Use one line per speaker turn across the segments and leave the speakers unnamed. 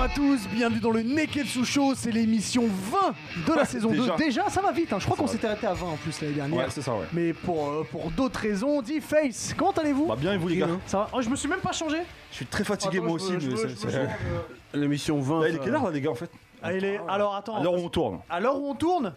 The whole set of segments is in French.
à tous, bienvenue dans le Neketsu Show, c'est l'émission 20 de la saison 2.
déjà.
Déjà, ça va vite, hein. je crois
Ça
qu'on
va
s'était arrêté à 20 en plus l'année dernière.
Ouais, c'est ça, ouais.
Mais pour, euh, pour d'autres raisons, on dit Face, comment allez-vous
Bah, bien, et vous, les gars
Tranquille,
Ça va Oh, je me suis même pas changé
Je suis très fatigué,
Attends,
moi
je
aussi.
me- je
mais
me-
c'est-
je me
c'est-
change,
L'émission euh, 20.
Là, il est quelle heure, là, les gars, en fait
Ah, il est... Alors attends,
À l'heure où on tourne.
à l'heure où on tourne,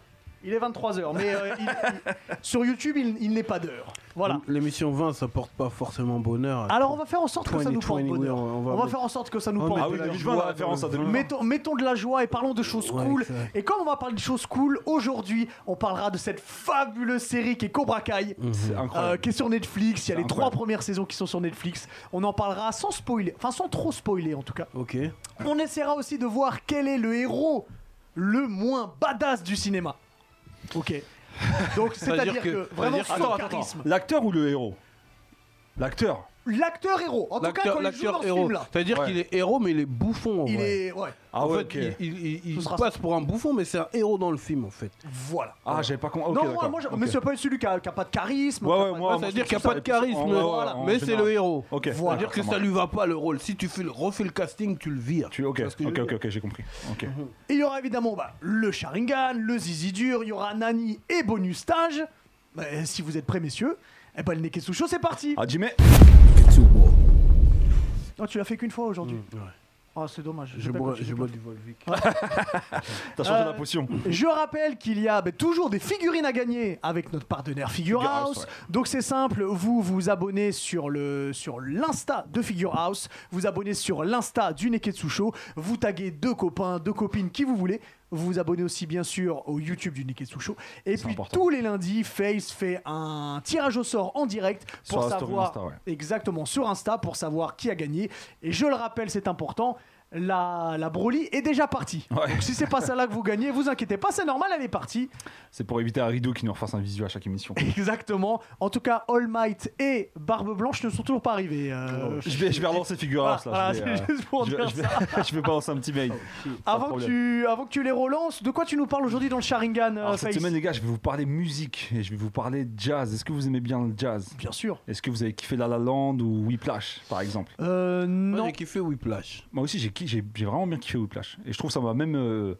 il est 23h, mais euh, il- il- sur YouTube, il, il n'est pas d'heure. Voilà.
L'émission 20, ça porte pas forcément bonheur.
Alors on va faire en sorte que ça
20,
nous porte
20,
bonheur.
ouais, on va
On va
mettre-
faire en sorte que ça nous
on va
porte
mettre
Ah oui,
la
bonheur.
la joie, la référence à 2020.
Mettons, mettons de la joie et parlons de choses
Ouais,
cool.
exact.
Et comme on va parler de choses cool, aujourd'hui, on parlera de cette fabuleuse série qui est Cobra Kai.
Mhm.
C'est
euh,
incroyable.
qui est sur Netflix, il y a
C'est
les trois
incroyable.
premières saisons qui sont sur Netflix. On en parlera sans spoiler, enfin sans trop spoiler en tout cas.
Ok.
On essaiera aussi de voir quel est le héros le moins badass du cinéma. Ok. Donc c'est-à-dire que, vraiment
c'est-à-dire
sans
que- Attends, attends,
charisme.
L'acteur ou le héros L'acteur.
L'acteur héros, en tout cas
L'acteur
quand il joue dans
l'acteur
ce
héros.
film-là,
C'est-à-dire
Ouais.
qu'il est héros, mais il est bouffon. En
il
vrai.
est ouais,
Ah
en
ouais,
fait,
ok.
il, il- il-
Ce
il
sera
passe pour un bouffon, mais c'est un héros dans le film en fait.
voilà.
Ah, j'avais pas compris. ok,
non, moi,
d'accord,
moi, je-
ok.
mais c'est pas celui qui a, qui a pas de charisme.
Ouais,
qui a
ouais,
pas de-
moi,
Ouais, C'est-à-dire qu'il n'y a pas de charisme,
En-
mais-
voilà, en
mais c'est
général.
le héros.
Ok,
Voilà.
C'est-à-dire
d'accord,
que
ça
ça
marche.
lui va pas le rôle. Si tu fais le- refais le casting, tu le vires.
Tu- Ok,
Tu vois ce que je
ok,
veux
ok,
dire
ok, j'ai compris. Ok.
Et Il y aura évidemment bah, le Sharingan, le Zizi dur, il y aura Nani et bonus stage. Bah, si vous êtes prêts, messieurs, eh ben, le Neketsu Show, c'est parti.
Ah, Jimmy
Non, tu l'as fait qu'une fois aujourd'hui.
Mm,
ouais.
Ah, c'est dommage.
Je
pas
bois,
continué.
je bois du Volvic.
T'as changé
Euh,
la potion.
Je rappelle qu'il y a bah, toujours des figurines à gagner avec notre partenaire Figure,
Figure
House.
House, ouais.
Donc c'est simple, vous vous abonnez sur le sur l'Insta de Figure House, vous abonnez sur l'Insta du Neketsu Show, vous taguez deux copains, deux copines qui vous voulez. Vous vous abonnez aussi bien sûr au YouTube du Neketsu Show. Et puis
important.
tous les lundis, Face fait un tirage au sort en direct
Sur
pour
la story
savoir
Insta, ouais.
exactement sur Insta pour savoir qui a gagné. Et je le rappelle, c'est important. La, la Broly est déjà partie.
Ouais.
Donc si c'est pas ça là que vous gagnez, vous inquiétez pas, c'est normal, elle est partie.
C'est pour éviter à Rideau qui nous refasse un visio à chaque émission.
Exactement. En tout cas, All Might et Barbe Blanche ne sont toujours pas arrivés. euh,
Je vais, je vais relancer Figure
Voilà,
House, là.
voilà,
je
c'est
vais, euh,
juste pour
je vais-
dire Oh,
je vais- je vais balancer un petit mail. Pas de
avant, que
problème.
tu, euh, avant que tu les relances, de quoi tu nous parles aujourd'hui dans le Sharingan euh,
Alors, cette
Face
semaine, les gars, je vais vous parler musique et je vais vous parler jazz. Est-ce que vous aimez bien le jazz
Bien sûr.
Est-ce que vous avez kiffé La La Land ou Whiplash, par exemple
Euh,
Non,
non.
j'ai kiffé Whiplash.
Moi aussi, j'ai ki- j'ai j'ai vraiment bien kiffé Whiplash. Et je trouve ça m'a même. euh,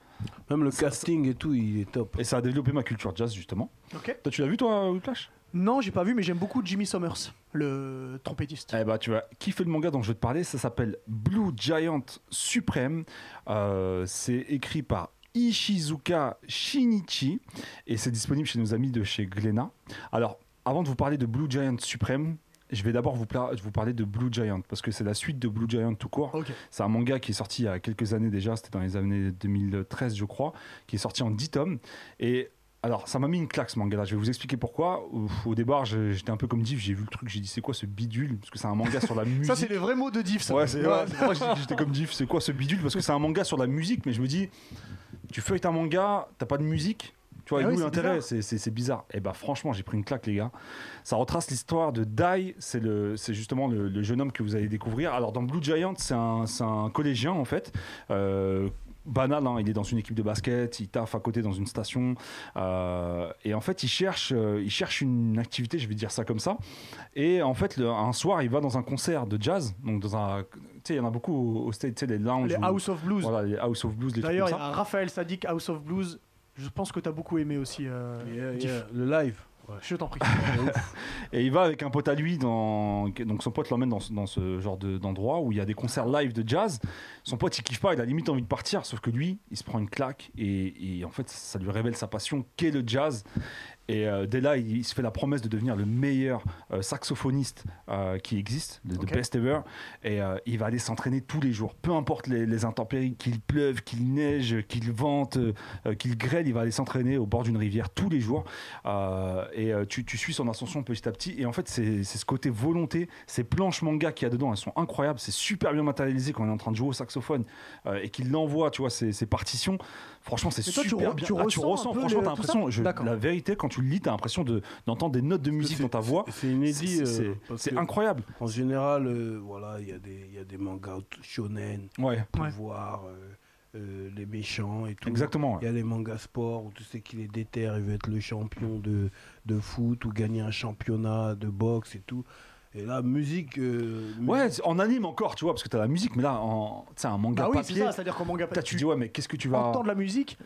Même le casting et tout, il est top.
et ça a développé ma culture jazz, justement.
Ok.
Toi, tu l'as vu, toi, Whiplash
Non, j'ai pas vu, mais j'aime beaucoup Jimmy Summers, le trompettiste.
Eh bah, tu vas kiffer le manga dont je vais te parler. Ça s'appelle Blue Giant Supreme. Euh, C'est écrit par. Ishizuka Shinichi et c'est disponible chez nos amis de chez Glénat. Alors, avant de vous parler de Blue Giant Supreme, je vais d'abord vous, pla- vous parler de Blue Giant parce que c'est la suite de Blue Giant tout court.
Ok.
C'est un manga qui est sorti il y a quelques années déjà, c'était dans les années 2013 je crois, qui est sorti en 10 tomes. Et alors ça m'a mis une claque ce manga là, je vais vous expliquer pourquoi. Ouf, Au départ je- j'étais un peu comme Div, j'ai vu le truc, j'ai dit c'est quoi ce bidule Parce que c'est un manga sur la musique.
Ça, c'est les vrais mots de Div, ça.
Ouais, c'est ouais, c'est pour ça que j'ai dit que j'étais comme Div, c'est quoi ce bidule Parce que c'est un manga sur la musique, mais je me dis, tu feuilles un manga, t'as pas de musique tu vois,
Ah
et
oui,
nous,
c'est
l'intérêt,
bizarre.
c'est c'est- c'est bizarre. Et bah franchement, j'ai pris une claque, les gars. Ça retrace l'histoire de Dai, c'est le- c'est justement le, le jeune homme que vous allez découvrir. Alors dans Blue Giant, c'est un, c'est un collégien en fait. Euh, banal, hein, il est dans une équipe de basket, il taffe à côté dans une station. euh, et en fait, il cherche, euh, il cherche une activité, je vais dire ça comme ça. Et en fait, le- un soir, il va dans un concert de jazz. Donc dans un... Tu sais, il y en a beaucoup au, au States, tu sais, les lounges.
Les
où-
House of Blues.
voilà, les House of Blues, les trucs
D'ailleurs, il y
comme ça.
a Raphaël Sadik, House of Blues. Je pense que t'as beaucoup aimé aussi. euh, Div.
Le live.
Je t'en prie.
Et il va avec un pote à lui, dans... donc son pote l'emmène dans, ce- dans ce genre de- d'endroit où il y a des concerts live de jazz. Son pote il kiffe pas, il a limite envie de partir, sauf que lui il se prend une claque et, et en fait ça lui révèle sa passion qu'est le jazz. Et euh, dès là il, il se fait la promesse de devenir le meilleur euh, saxophoniste euh, qui existe, le the
Ok.
best ever. Et euh, il va aller s'entraîner tous les jours, peu importe les, les intempéries, qu'il pleuve, qu'il neige, qu'il vente, euh, euh, qu'il grêle, il va aller s'entraîner au bord d'une rivière tous les jours. Euh, et euh, tu, tu suis son ascension petit à petit. Et en fait, c'est c'est ce côté volonté, ces planches manga qu'il y a dedans, elles sont incroyables. C'est super bien matérialisé quand on est en train de jouer au saxophone euh, et qu'il l'envoie, tu vois, ses, ses partitions. Franchement, c'est
Mais toi,
super
tu re-
bien.
tu
Ah,
ressens un peu
franchement,
le-
t'as
tout
l'impression,
ça
je-
D'accord.
la vérité, quand tu le lis, t'as l'impression de- d'entendre des notes de musique
C'est-
dans ta voix.
C'est
C'est-
inédit.
C'est
euh,
c'est-
parce
c'est
que
incroyable.
En général, euh, voilà, il y, a des- il y a des mangas t- shonen,
Ouais,
Ouais.
pouvoir, euh, euh, les méchants et tout.
exactement. ouais.
Il y a les mangas sport où tu sais qu'il est déter, il veut être le champion de, de foot ou gagner un championnat de boxe et tout. Et là, musique. euh,
Ouais, c'est- en anime encore, tu vois, parce que t'as la musique, mais là, en, tu sais, un manga
Bah oui, c'est
papier.
ça, c'est-à-dire qu'en manga
putain, tu dis, ouais, mais qu'est-ce que tu vas.
entends de la musique,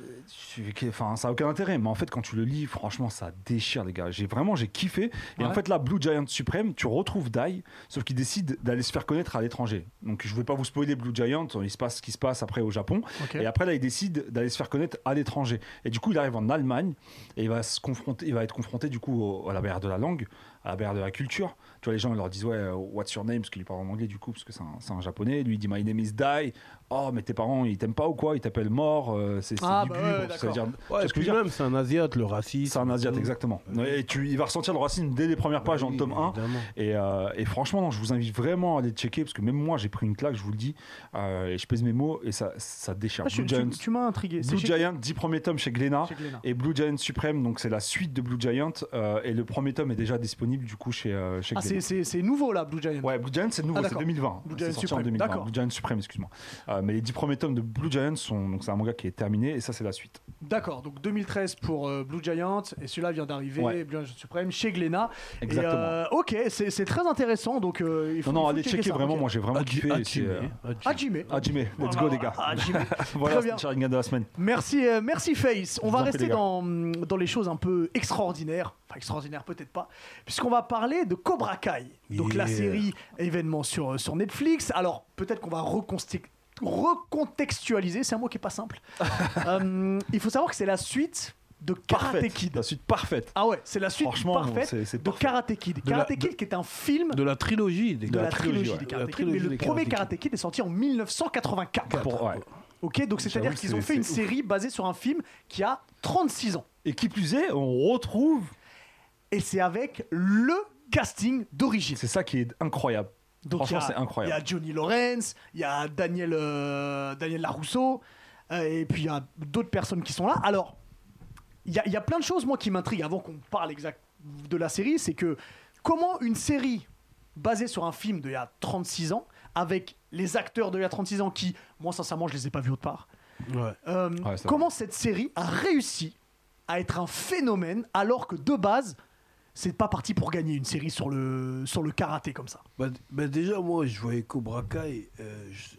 Tu- qui- Enfin, ça a aucun intérêt, mais en fait, quand tu le lis, franchement, ça déchire, les gars. J'ai vraiment, j'ai kiffé. Et
Ouais.
en fait, là, Blue Giant Supreme, tu retrouves Dai, sauf qu'il décide d'aller se faire connaître à l'étranger. Donc, je ne vais pas vous spoiler Blue Giant, il se passe ce qui se passe après au Japon.
Ok.
Et après, là, il décide d'aller se faire connaître à l'étranger. Et du coup, il arrive en Allemagne et il va, se confronter, il va être confronté, du coup, au- à la barrière de la langue, à la barrière de la culture. Tu vois, les gens, ils leur disent, ouais, euh, what's your name Parce qu'il parle en anglais, du coup, parce que c'est un, c'est un japonais. Lui, il dit, my name is Dai. Oh, mais tes parents, ils t'aiment pas ou quoi Ils t'appellent mort. euh, c'est c'est
Ah, bah
lugubre.
ouais, ouais,
ça
d'accord.
veut dire-
Ouais,
tu vois ce que je veux
puis
dire
même, c'est un asiate, le racisme.
c'est un Asiate,
tout. Ah
exactement. Et tu, il va ressentir le racisme dès les premières pages dans le
Bah Oui,
tome 1.
évidemment.
Et, euh, et franchement, non, je vous invite vraiment à aller checker parce que même moi, j'ai pris une claque, je vous le dis, euh, et je pèse mes mots et ça, ça déchire.
Ah, je-
Blue Giant,
tu, tu m'as intrigué. C'est
Blue
chez-
Giant, 10 premiers tomes chez Glénat.
chez Glénat.
Et Blue Giant Supreme, donc c'est la suite de Blue Giant, euh, et le premier tome est déjà disponible du coup chez, euh, chez
Ah,
Glénat.
c'est- c'est c'est nouveau là, Blue Giant.
Ouais, Blue Giant c'est nouveau,
Ah,
c'est
d'accord.
2020.
Blue
C'est
Giant
sorti en
Supreme,
2020.
d'accord.
Blue Giant Supreme, excuse-moi. Euh, mais les 10 premiers tomes de Blue Giant sont. Donc c'est un manga qui est terminé et ça c'est la suite.
D'accord, donc 2013 pour euh, Blue Giant, et celui-là vient d'arriver,
Ouais.
Blue Giant Supreme, chez Glénat. Et,
Exactement.
euh, ok, c'est c'est très intéressant, donc euh, il faut, il
Non,
faut
non, allez checker
ça,
vraiment,
ok.
moi j'ai vraiment kiffé.
Adji-
et c'est,
Adjimé,
euh,
Adjimé.
Ah, Jimé.
Ah Jimé, let's go les gars.
Ah, Jimé.
voilà,
Très
c'est
bien.
le sharingan de la semaine.
Merci, euh, merci Face. On
Je vous
va
en prie,
rester
les gars.
dans, mm, dans les choses un peu extraordinaires, enfin extraordinaires peut-être pas, puisqu'on va parler de Cobra Kai. Donc la
Yeah.
série événement sur, euh, sur Netflix. Alors peut-être qu'on va reconsti- recontextualiser, c'est un mot qui est pas simple. Euh, il faut savoir que c'est la suite de Karate
Parfaite.
Kid.
La suite parfaite.
Ah ouais, c'est la suite
Franchement,
parfaite
c'est- c'est
de
parfait.
Karate Kid.
la-
Karate
de-
Kid qui est un film de,
De la trilogie des
la,
la
trilogie,
trilogie,
des
ouais.
Karate
La
Kid, mais
trilogie
le
des
premier
Karate Kid.
Karate Kid est sorti en 1984.
Pour- ouais.
Ok, donc c'est-à-dire
J'avoue,
qu'ils ont
c'est-
fait une
c'est
série basée sur un film qui a 36 ans.
Et qui plus est, on retrouve.
Et c'est avec le casting d'origine.
C'est ça qui est incroyable.
Donc il y
Franchement,
a-
c'est incroyable.
Il y a Johnny Lawrence, il y a Daniel, euh, Daniel Larousseau, euh, et puis il y a d'autres personnes qui sont là. Alors, il y a, il y a plein de choses, moi, qui m'intriguent avant qu'on parle exact de la série. C'est que comment une série basée sur un film d'il y a 36 ans, avec les acteurs d'il y a 36 ans qui, moi, sincèrement, je les ai pas vus autre part,
Ouais.
euh,
Ouais, ça
comment cette série a réussi à être un phénomène alors que de base, c'est pas parti pour gagner une série sur le, sur le karaté comme ça.
Bah, d- bah déjà, moi, je voyais Cobra Kai. euh, je-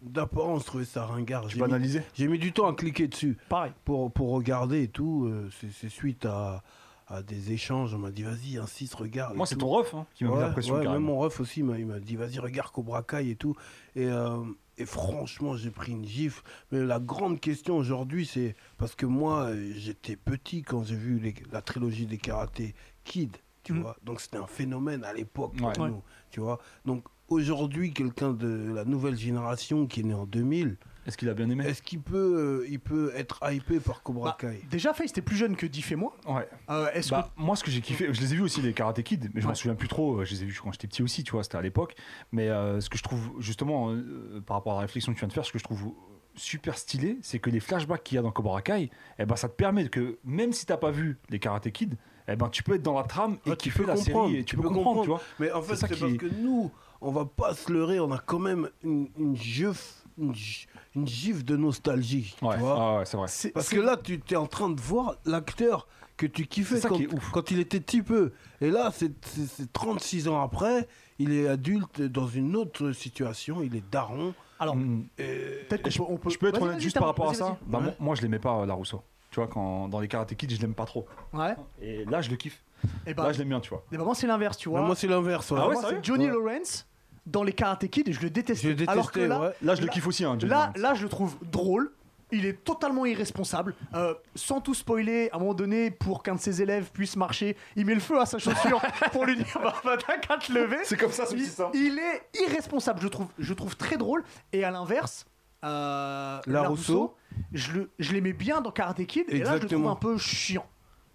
D'apparence, je trouvais ça ringard. J'ai mis,
Banalisé.
j'ai mis du temps à cliquer dessus
Pareil.
pour, pour regarder et tout. euh, c'est- c'est suite à, à des échanges. On m'a dit, vas-y, insiste, regarde. et
Moi, c'est
tout.
ton ref hein, qui m'a mis
Ouais,
la pression.
ouais, même
carrément.
mon ref aussi, il m'a- il m'a dit, vas-y, regarde Cobra Kai et tout. Et, euh, et franchement, j'ai pris une gifle. Mais la grande question aujourd'hui, c'est parce que moi, euh, j'étais petit quand j'ai vu les- la trilogie des karatés Kid, tu
Mhm.
vois. Donc c'était un phénomène à l'époque pour
Ouais.
Ouais.
nous, tu vois. Donc aujourd'hui, quelqu'un de la nouvelle génération qui est né en 2000,
Est-ce qu'il a bien aimé
est-ce qu'il peut, euh, il peut être hypé par Cobra
Bah,
Kai
déjà, Faye, c'était plus jeune que Diff et moi.
Ouais.
Euh, Est-ce
Bah, moi, ce que j'ai kiffé, je les ai vus aussi les Karate Kids, mais je
Ouais.
m'en souviens plus trop. euh, Je les ai vus quand j'étais petit aussi, tu vois, c'était à l'époque. Mais euh, ce que je trouve justement, euh, par rapport à la réflexion que tu viens de faire, ce que je trouve super stylé, c'est que les flashbacks qu'il y a dans Cobra Kai, eh ben, ça te permet que même si t'as pas vu les Karate Kids, eh ben, tu peux être dans la trame et
Ouais, tu
kiffer
peux
la série
comprendre,
et tu, peux, comprendre, tu vois.
Mais en fait,
C'est ça
c'est
qui-
parce que nous, on va pas se leurrer, on a quand même une, une gif, une, gi- une gifle de nostalgie,
Ouais,
tu vois.
ah ouais, c'est vrai.
c'est-
Parce
c'est-
que là, tu es en train de voir l'acteur que tu kiffais
C'est ça
quand,
qui est ouf.
quand il était petit peu. Et là, c'est c'est- c'est 36 ans après, il est adulte dans une autre situation, il est daron.
Alors,
Mm.
Et...
peut-être qu'on
Je,
peut, on peut-
je peux être
Vas-y,
honnête
vas-y,
juste par
termine,
rapport à
vas-y,
ça Bah,
Ouais.
moi- Moi, je l'aimais pas, euh, la Rousseau. Tu vois, quand, dans les Karate Kids, je l'aime pas trop.
vas-y. Ouais.
Et là, je le kiffe.
Et bah,
Là, je l'aime bien, tu vois.
et bah, moi, c'est l'inverse, tu vois.
Moi, c'est l'inverse.
Ah ouais,
Moi,
sérieux
c'est Johnny
Ouais.
Lawrence dans les Karate Kids et je le détestais.
Je détestais,
Alors que là,
ouais.
Là, je le
Là-
kiffe aussi, hein, Johnny
Là,
Lawrence.
là, je le trouve drôle. Il est totalement irresponsable. Euh, sans tout spoiler, à un moment donné, pour qu'un de ses élèves puisse marcher, il met le feu à sa chaussure pour lui dire Bah, bah, t'as qu'à te lever.
C'est comme ça, ce
Il,
petit ça.
il est irresponsable, je trouve, je trouve très drôle. Et à l'inverse, euh,
Larousseau.
je le- je l'aimais bien dans Karate Kid, et là, je le trouve
Exactement.
un peu chiant.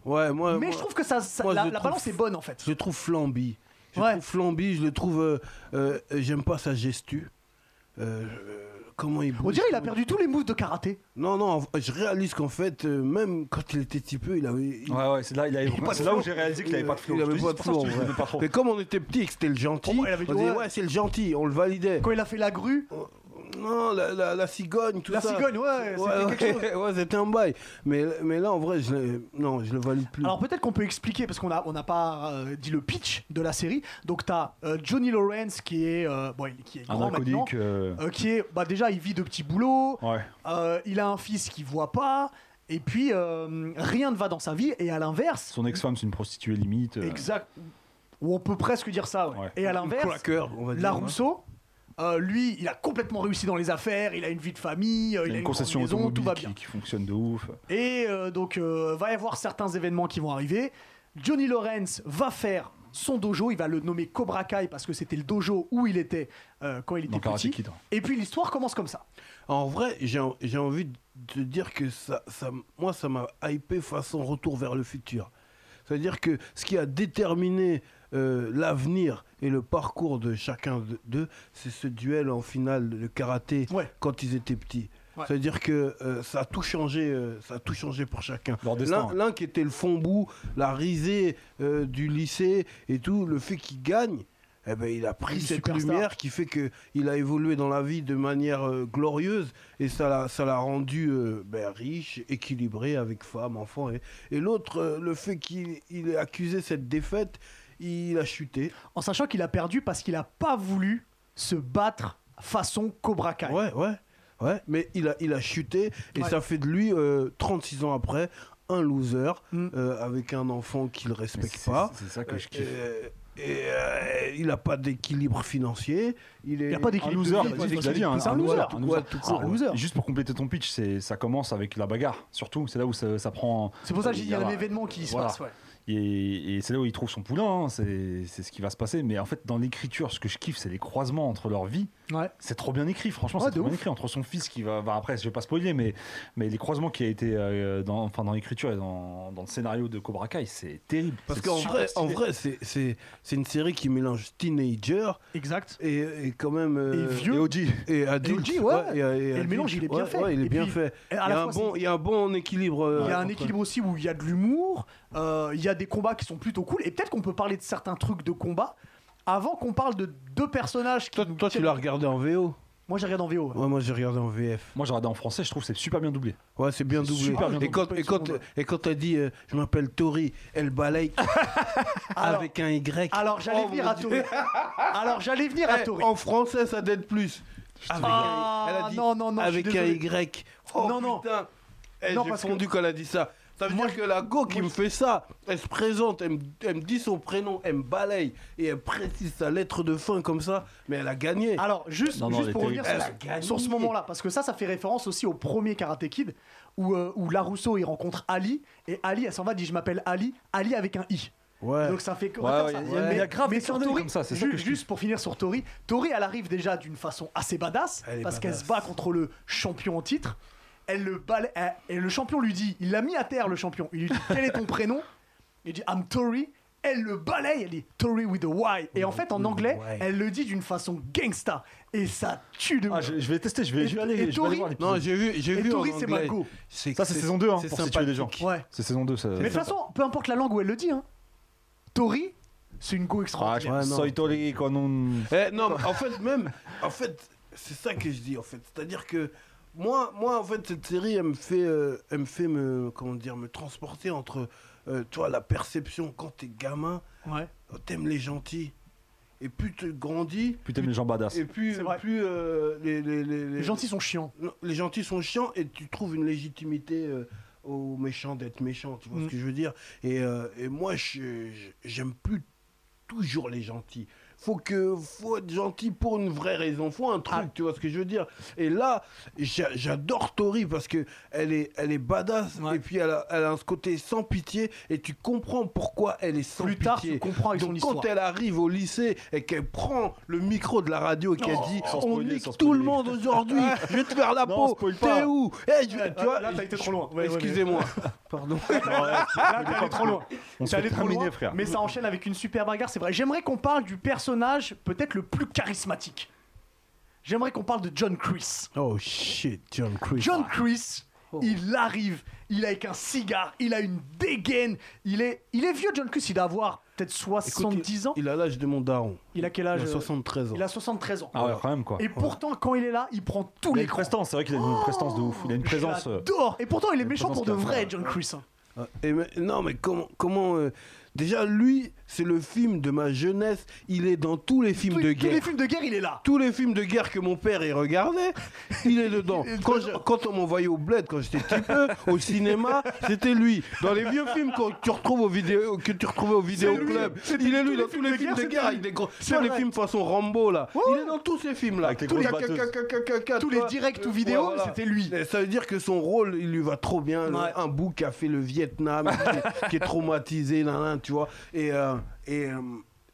Ouais, moi,
Mais
moi-
je trouve que ça, ça-
moi,
la,
je
la
trouve-
balance est bonne en fait.
Je le trouve flambi. Je
Ouais.
le trouve flambi, je le trouve. euh, euh, euh, J'aime pas sa gestu. Euh, euh, comment il bouge.
On dirait qu'il a perdu tous les moves de karaté.
Non, non, en- je réalise qu'en fait, euh, même quand il était petit peu, il avait. il-
Ouais, ouais, c'est là, il avait-
pas de
c'est là
flow.
où j'ai réalisé qu'il avait pas de flow.
Il
Je
avait
te dis,
pas
c'est
de
pour ça que
flow,
je te dis,
ouais.
il avait pas trop.
Mais comme on était petit et que c'était le gentil,
Pour moi, il avait dit,
on disait,
ouais.
ouais, c'est le gentil, on le validait.
Quand il a fait la grue,
Non, non, la, la, la cigogne, tout
La
ça.
cigogne, ouais, c'était
ouais,
quelque chose.
ouais, ouais, c'était un bail. Mais, mais là, en vrai, je l'ai- non, je le valide
Mm.
plus.
Alors peut-être qu'on peut expliquer, parce qu'on n'a on n'a pas euh, dit le pitch de la série. Donc tu as Johnny Lawrence qui est, euh, bon, il- qui est
Un
grand maintenant.
alcoolique. euh,
euh, qui est, bah déjà, il vit de petits boulots.
Ouais.
euh, il a un fils qui voit pas. Et puis, euh, rien ne va dans sa vie. Et à l'inverse,
Son ex-femme, c'est une prostituée limite. euh,
exact. Ou on peut presque dire ça. ouais.
Ouais.
Et à
Un
l'inverse,
cracker, on va dire.
la
hein.
Rousseau, euh, lui, il a complètement réussi dans les affaires. Il a une vie de famille. euh,
Il
il
y a une
grande
concession
maison, tout
automobile
va bien.
qui, qui fonctionne de ouf.
Et euh, donc, euh, va y avoir certains événements qui vont arriver. Johnny Lawrence va faire son dojo. Il va le nommer Cobra Kai parce que c'était le dojo où il était euh, quand il était
Dans Karate
petit.
Kid.
Et puis l'histoire commence comme ça.
En vrai, j'ai en- j'ai envie de te dire que ça, ça, moi, ça m'a hypé façon retour vers le futur. C'est-à-dire que ce qui a déterminé euh, l'avenir et le parcours de chacun de- d'eux, c'est ce duel en finale de karaté
Ouais.
quand ils étaient petits.
Ouais.
C'est-à-dire que euh, ça a tout changé, euh, ça a tout changé pour chacun.
Leur destin.
L'un l'un qui était le fond bout, la risée euh, du lycée et tout, le fait qu'il gagne, eh ben, il a pris
Une
cette
superstar.
lumière qui fait que il a évolué dans la vie de manière euh, glorieuse et ça l'a ça l'a rendu euh, ben, riche, équilibré avec femme, enfant. Et, et l'autre, euh, le fait qu'il il ait accusé cette défaite, il a chuté.
En sachant qu'il a perdu parce qu'il n'a pas voulu se battre façon Cobra Kai.
Ouais, ouais, ouais. Mais il a, il a chuté et
Ouais.
ça fait de lui, euh, 36 ans après, un loser
Mm.
euh, avec un enfant qu'il
Mais
respecte
c'est-
pas.
C'est ça que je kiffe.
Euh, et euh, il n'a pas d'équilibre financier. Il est
Il n'y a pas d'équilibre.
loser,
de vie,
c'est
parce
ce
que
que t'as dit, un-
c'est un
un
loser.
loser, un
Ouais, tout court,
Ah,
un loser.
Juste pour compléter ton pitch, c'est- ça commence avec la bagarre, surtout. C'est là où ça, ça prend.
C'est pour ça que j'ai dit il y a un
Voilà.
événement qui se
Voilà.
passe. ouais.
Et, et c'est là où il trouve son poulain, hein, c'est c'est ce qui va se passer. Mais en fait, dans l'écriture, ce que je kiffe, c'est les croisements entre leur vie.
Ouais.
C'est trop bien écrit, franchement,
Ouais,
c'est
de
trop bien
ouf.
écrit entre son fils qui va. bah, après, je vais pas spoiler, mais, mais les croisements qui a été euh, dans, enfin, dans l'écriture et dans, dans le scénario de Cobra Kai, c'est terrible.
Parce
C'est
qu'en
super
vrai, en
stylé.
vrai c'est, c'est, c'est une série qui mélange teenager
Exact.
et, et quand même. euh,
Et vieux.
Et OG.
Et adulte.
OG, ouais.
et,
le
adulte,
mélange, il est bien
ouais,
fait.
ouais, il est
Et
bien
puis,
fait.
à
Il y,
la
a un
fois,
bon,
c'est-
il y a un bon équilibre. euh,
Il y a un
entre-
équilibre aussi où il y a de l'humour, euh, il y a des combats qui sont plutôt cool, et peut-être qu'on peut parler de certains trucs de combat avant qu'on parle de deux personnages qui.
Toi,
nous
toi, tu
tiennent-
l'as regardé en VO
Moi, j'ai regardé en VO. ouais.
Ouais, moi j'ai regardé en VF.
Moi, j'ai regardé en français, je trouve que c'est super bien doublé.
Ouais, c'est bien doublé.
super bien
et, quand,
doublé.
et, quand, et quand t'as dit euh, je m'appelle Tori, elle balaye
Alors,
avec un Y.
alors j'allais
Oh,
venir
mon
à
Dieu.
Tori. Alors, j'allais venir à
Eh,
Tori.
En français, ça date plus. Avec
Ah,
un- elle a dit
non, non, non, je suis
Avec un
désolé.
Y. Oh
Non, non.
putain. Eh,
Non,
j'ai
parce que-
fondu quand elle a dit ça. Ça veut dire que la go qui
moi,
me fait ça, elle se présente, elle me, elle me dit son prénom, elle me balaye et elle précise sa lettre de fin comme ça, mais elle a gagné.
Alors, juste,
Non, non,
juste
elle
pour
est
revenir sur,
terrible. Elle a gagné.
sur ce moment-là, parce que ça, ça fait référence aussi au premier Karate Kid, où, euh, où Larousseau, il rencontre Ali, et Ali, elle s'en va, dit je m'appelle Ali, Ali avec un I.
ouais.
Donc ça fait que-
Ouais,
comme
ouais,
ça.
il y a- il y a grave des clins d'œil
Tori,
comme ça, c'est ça
ju-
que je
juste pour finir sur Tori, Tori elle arrive déjà d'une façon assez badass
Elle est
parce qu'elle
badass.
se bat contre le champion en titre. Elle le bala- elle- et le champion lui dit, il l'a mis à terre le champion. Il lui dit quel est ton prénom Il dit I'm Tori. Elle le balaye, elle dit Tori with a Y. Et en fait, en anglais,
Y.
elle le dit d'une façon gangsta. Et ça tue de
Ah,
ouf.
je, je vais tester, je vais,
Et-
je vais aller,
et
je vais
Tori-
aller voir
non,
l'épisode.
j'ai vu, j'ai
Et
vu en
Tori, c'est
anglais.
ma go.
Ça, c'est saison 2, hein, pour situer les gens.
sympathique.
Ouais.
C'est saison 2, ça.
Mais de toute façon, peu importe la langue où elle le dit, hein, Tori, c'est une go
Ah,
extraordinaire.
je-
Ouais, non.
Soy Tori quand on-
Eh, non, mais en fait, même, en fait, c'est ça que je dis, en fait. C'est-à-dire que moi, moi, en fait, cette série, elle me fait, euh, elle me, fait me, comment dire, me transporter entre, euh, toi, la perception quand t'es gamin,
Ouais.
oh, t'aimes les gentils, et plus tu grandis,
Putain, mais les gens badass.
et plus,
C'est vrai.
plus euh, les, les, les,
Les gentils sont chiants.
non, les gentils sont chiants et tu trouves une légitimité euh, aux méchants d'être méchants, tu vois
Mm.
ce que je veux dire et, euh, et moi, je- je- j'aime plus toujours les gentils. Faut que faut être gentil pour une vraie raison, faut un truc,
Ah.
tu vois ce que je veux dire Et là, j'a- j'adore Tori parce que elle est, elle est badass
Ouais.
et puis elle a, elle a ce côté sans pitié et tu comprends pourquoi elle est sans
Plus
pitié.
tard, tu comprends avec Ah, son
Donc quand
histoire.
elle arrive au lycée et qu'elle prend le micro de la radio et qu'elle
Oh,
dit
sans
on
spoiler,
nique
sans
tout
spoiler.
le monde aujourd'hui, je vais te faire la
Non,
peau,
spoil
t'es
pas.
où Eh, je-
Ouais,
tu vois,
Ah, là, t'as été trop loin. Ouais, ouais,
Excusez-moi. Pardon.
Là, Ah, t'es allé trop loin.
On
T'es
s'est
allé trop
terminé,
loin,
frère.
Mais ça enchaîne avec une super bagarre, c'est vrai. J'aimerais qu'on parle du personnage peut-être le plus charismatique. J'aimerais qu'on parle de John Chris.
Oh shit, John Chris. Ah,
John Chris,
Oh.
il arrive, il a avec un cigare, il a une dégaine, il est, il est vieux John Chris, il doit avoir peut-être 70 ans.
Il a l'âge de mon daron.
Il a quel
Il
âge
a
euh,
73 ans.
Il a 73 ans.
Ah ouais, quand même quoi.
Et pourtant, quand il est là, il prend tous
Il a
les
une prestance, c'est vrai qu'il a une prestance de ouf. Il a une présence. euh,
J'adore. Et pourtant, il est
une
méchant pour
présence
de
qui a-
vrai, John Chris. hein.
Ah, et mais- non, mais comment. comment euh, déjà, lui, c'est le film de ma jeunesse. Il est dans tous les films
Tous-
de
Tous les
guerre.
films de guerre, il est là.
Tous les films de guerre que mon père y regardait, il est dedans. Quand, je- quand on m'envoyait au bled, quand j'étais petit peu, au cinéma, c'était lui. Dans les vieux films qu'on- que tu retrouves au vidéo, que tu retrouvais au vidéoclub,
C'était
il est lui
tous les
dans tous
films
les
de
films
guerre,
de
c'était
guerre
lui.
avec des gros.
C'est
Sur les
vrai.
films façon Rambo là. Il est dans tous ces films là.
Avec les
tous,
grosses batteuses.
Tous les directs
euh,
ou vidéos, c'était lui.
Et Ça veut dire que son rôle, il lui va trop bien. Le-
Ouais.
Un bout qui a fait le Vietnam, qui, est- qui est traumatisé, nan, nan, tu vois. Et, euh, et, euh,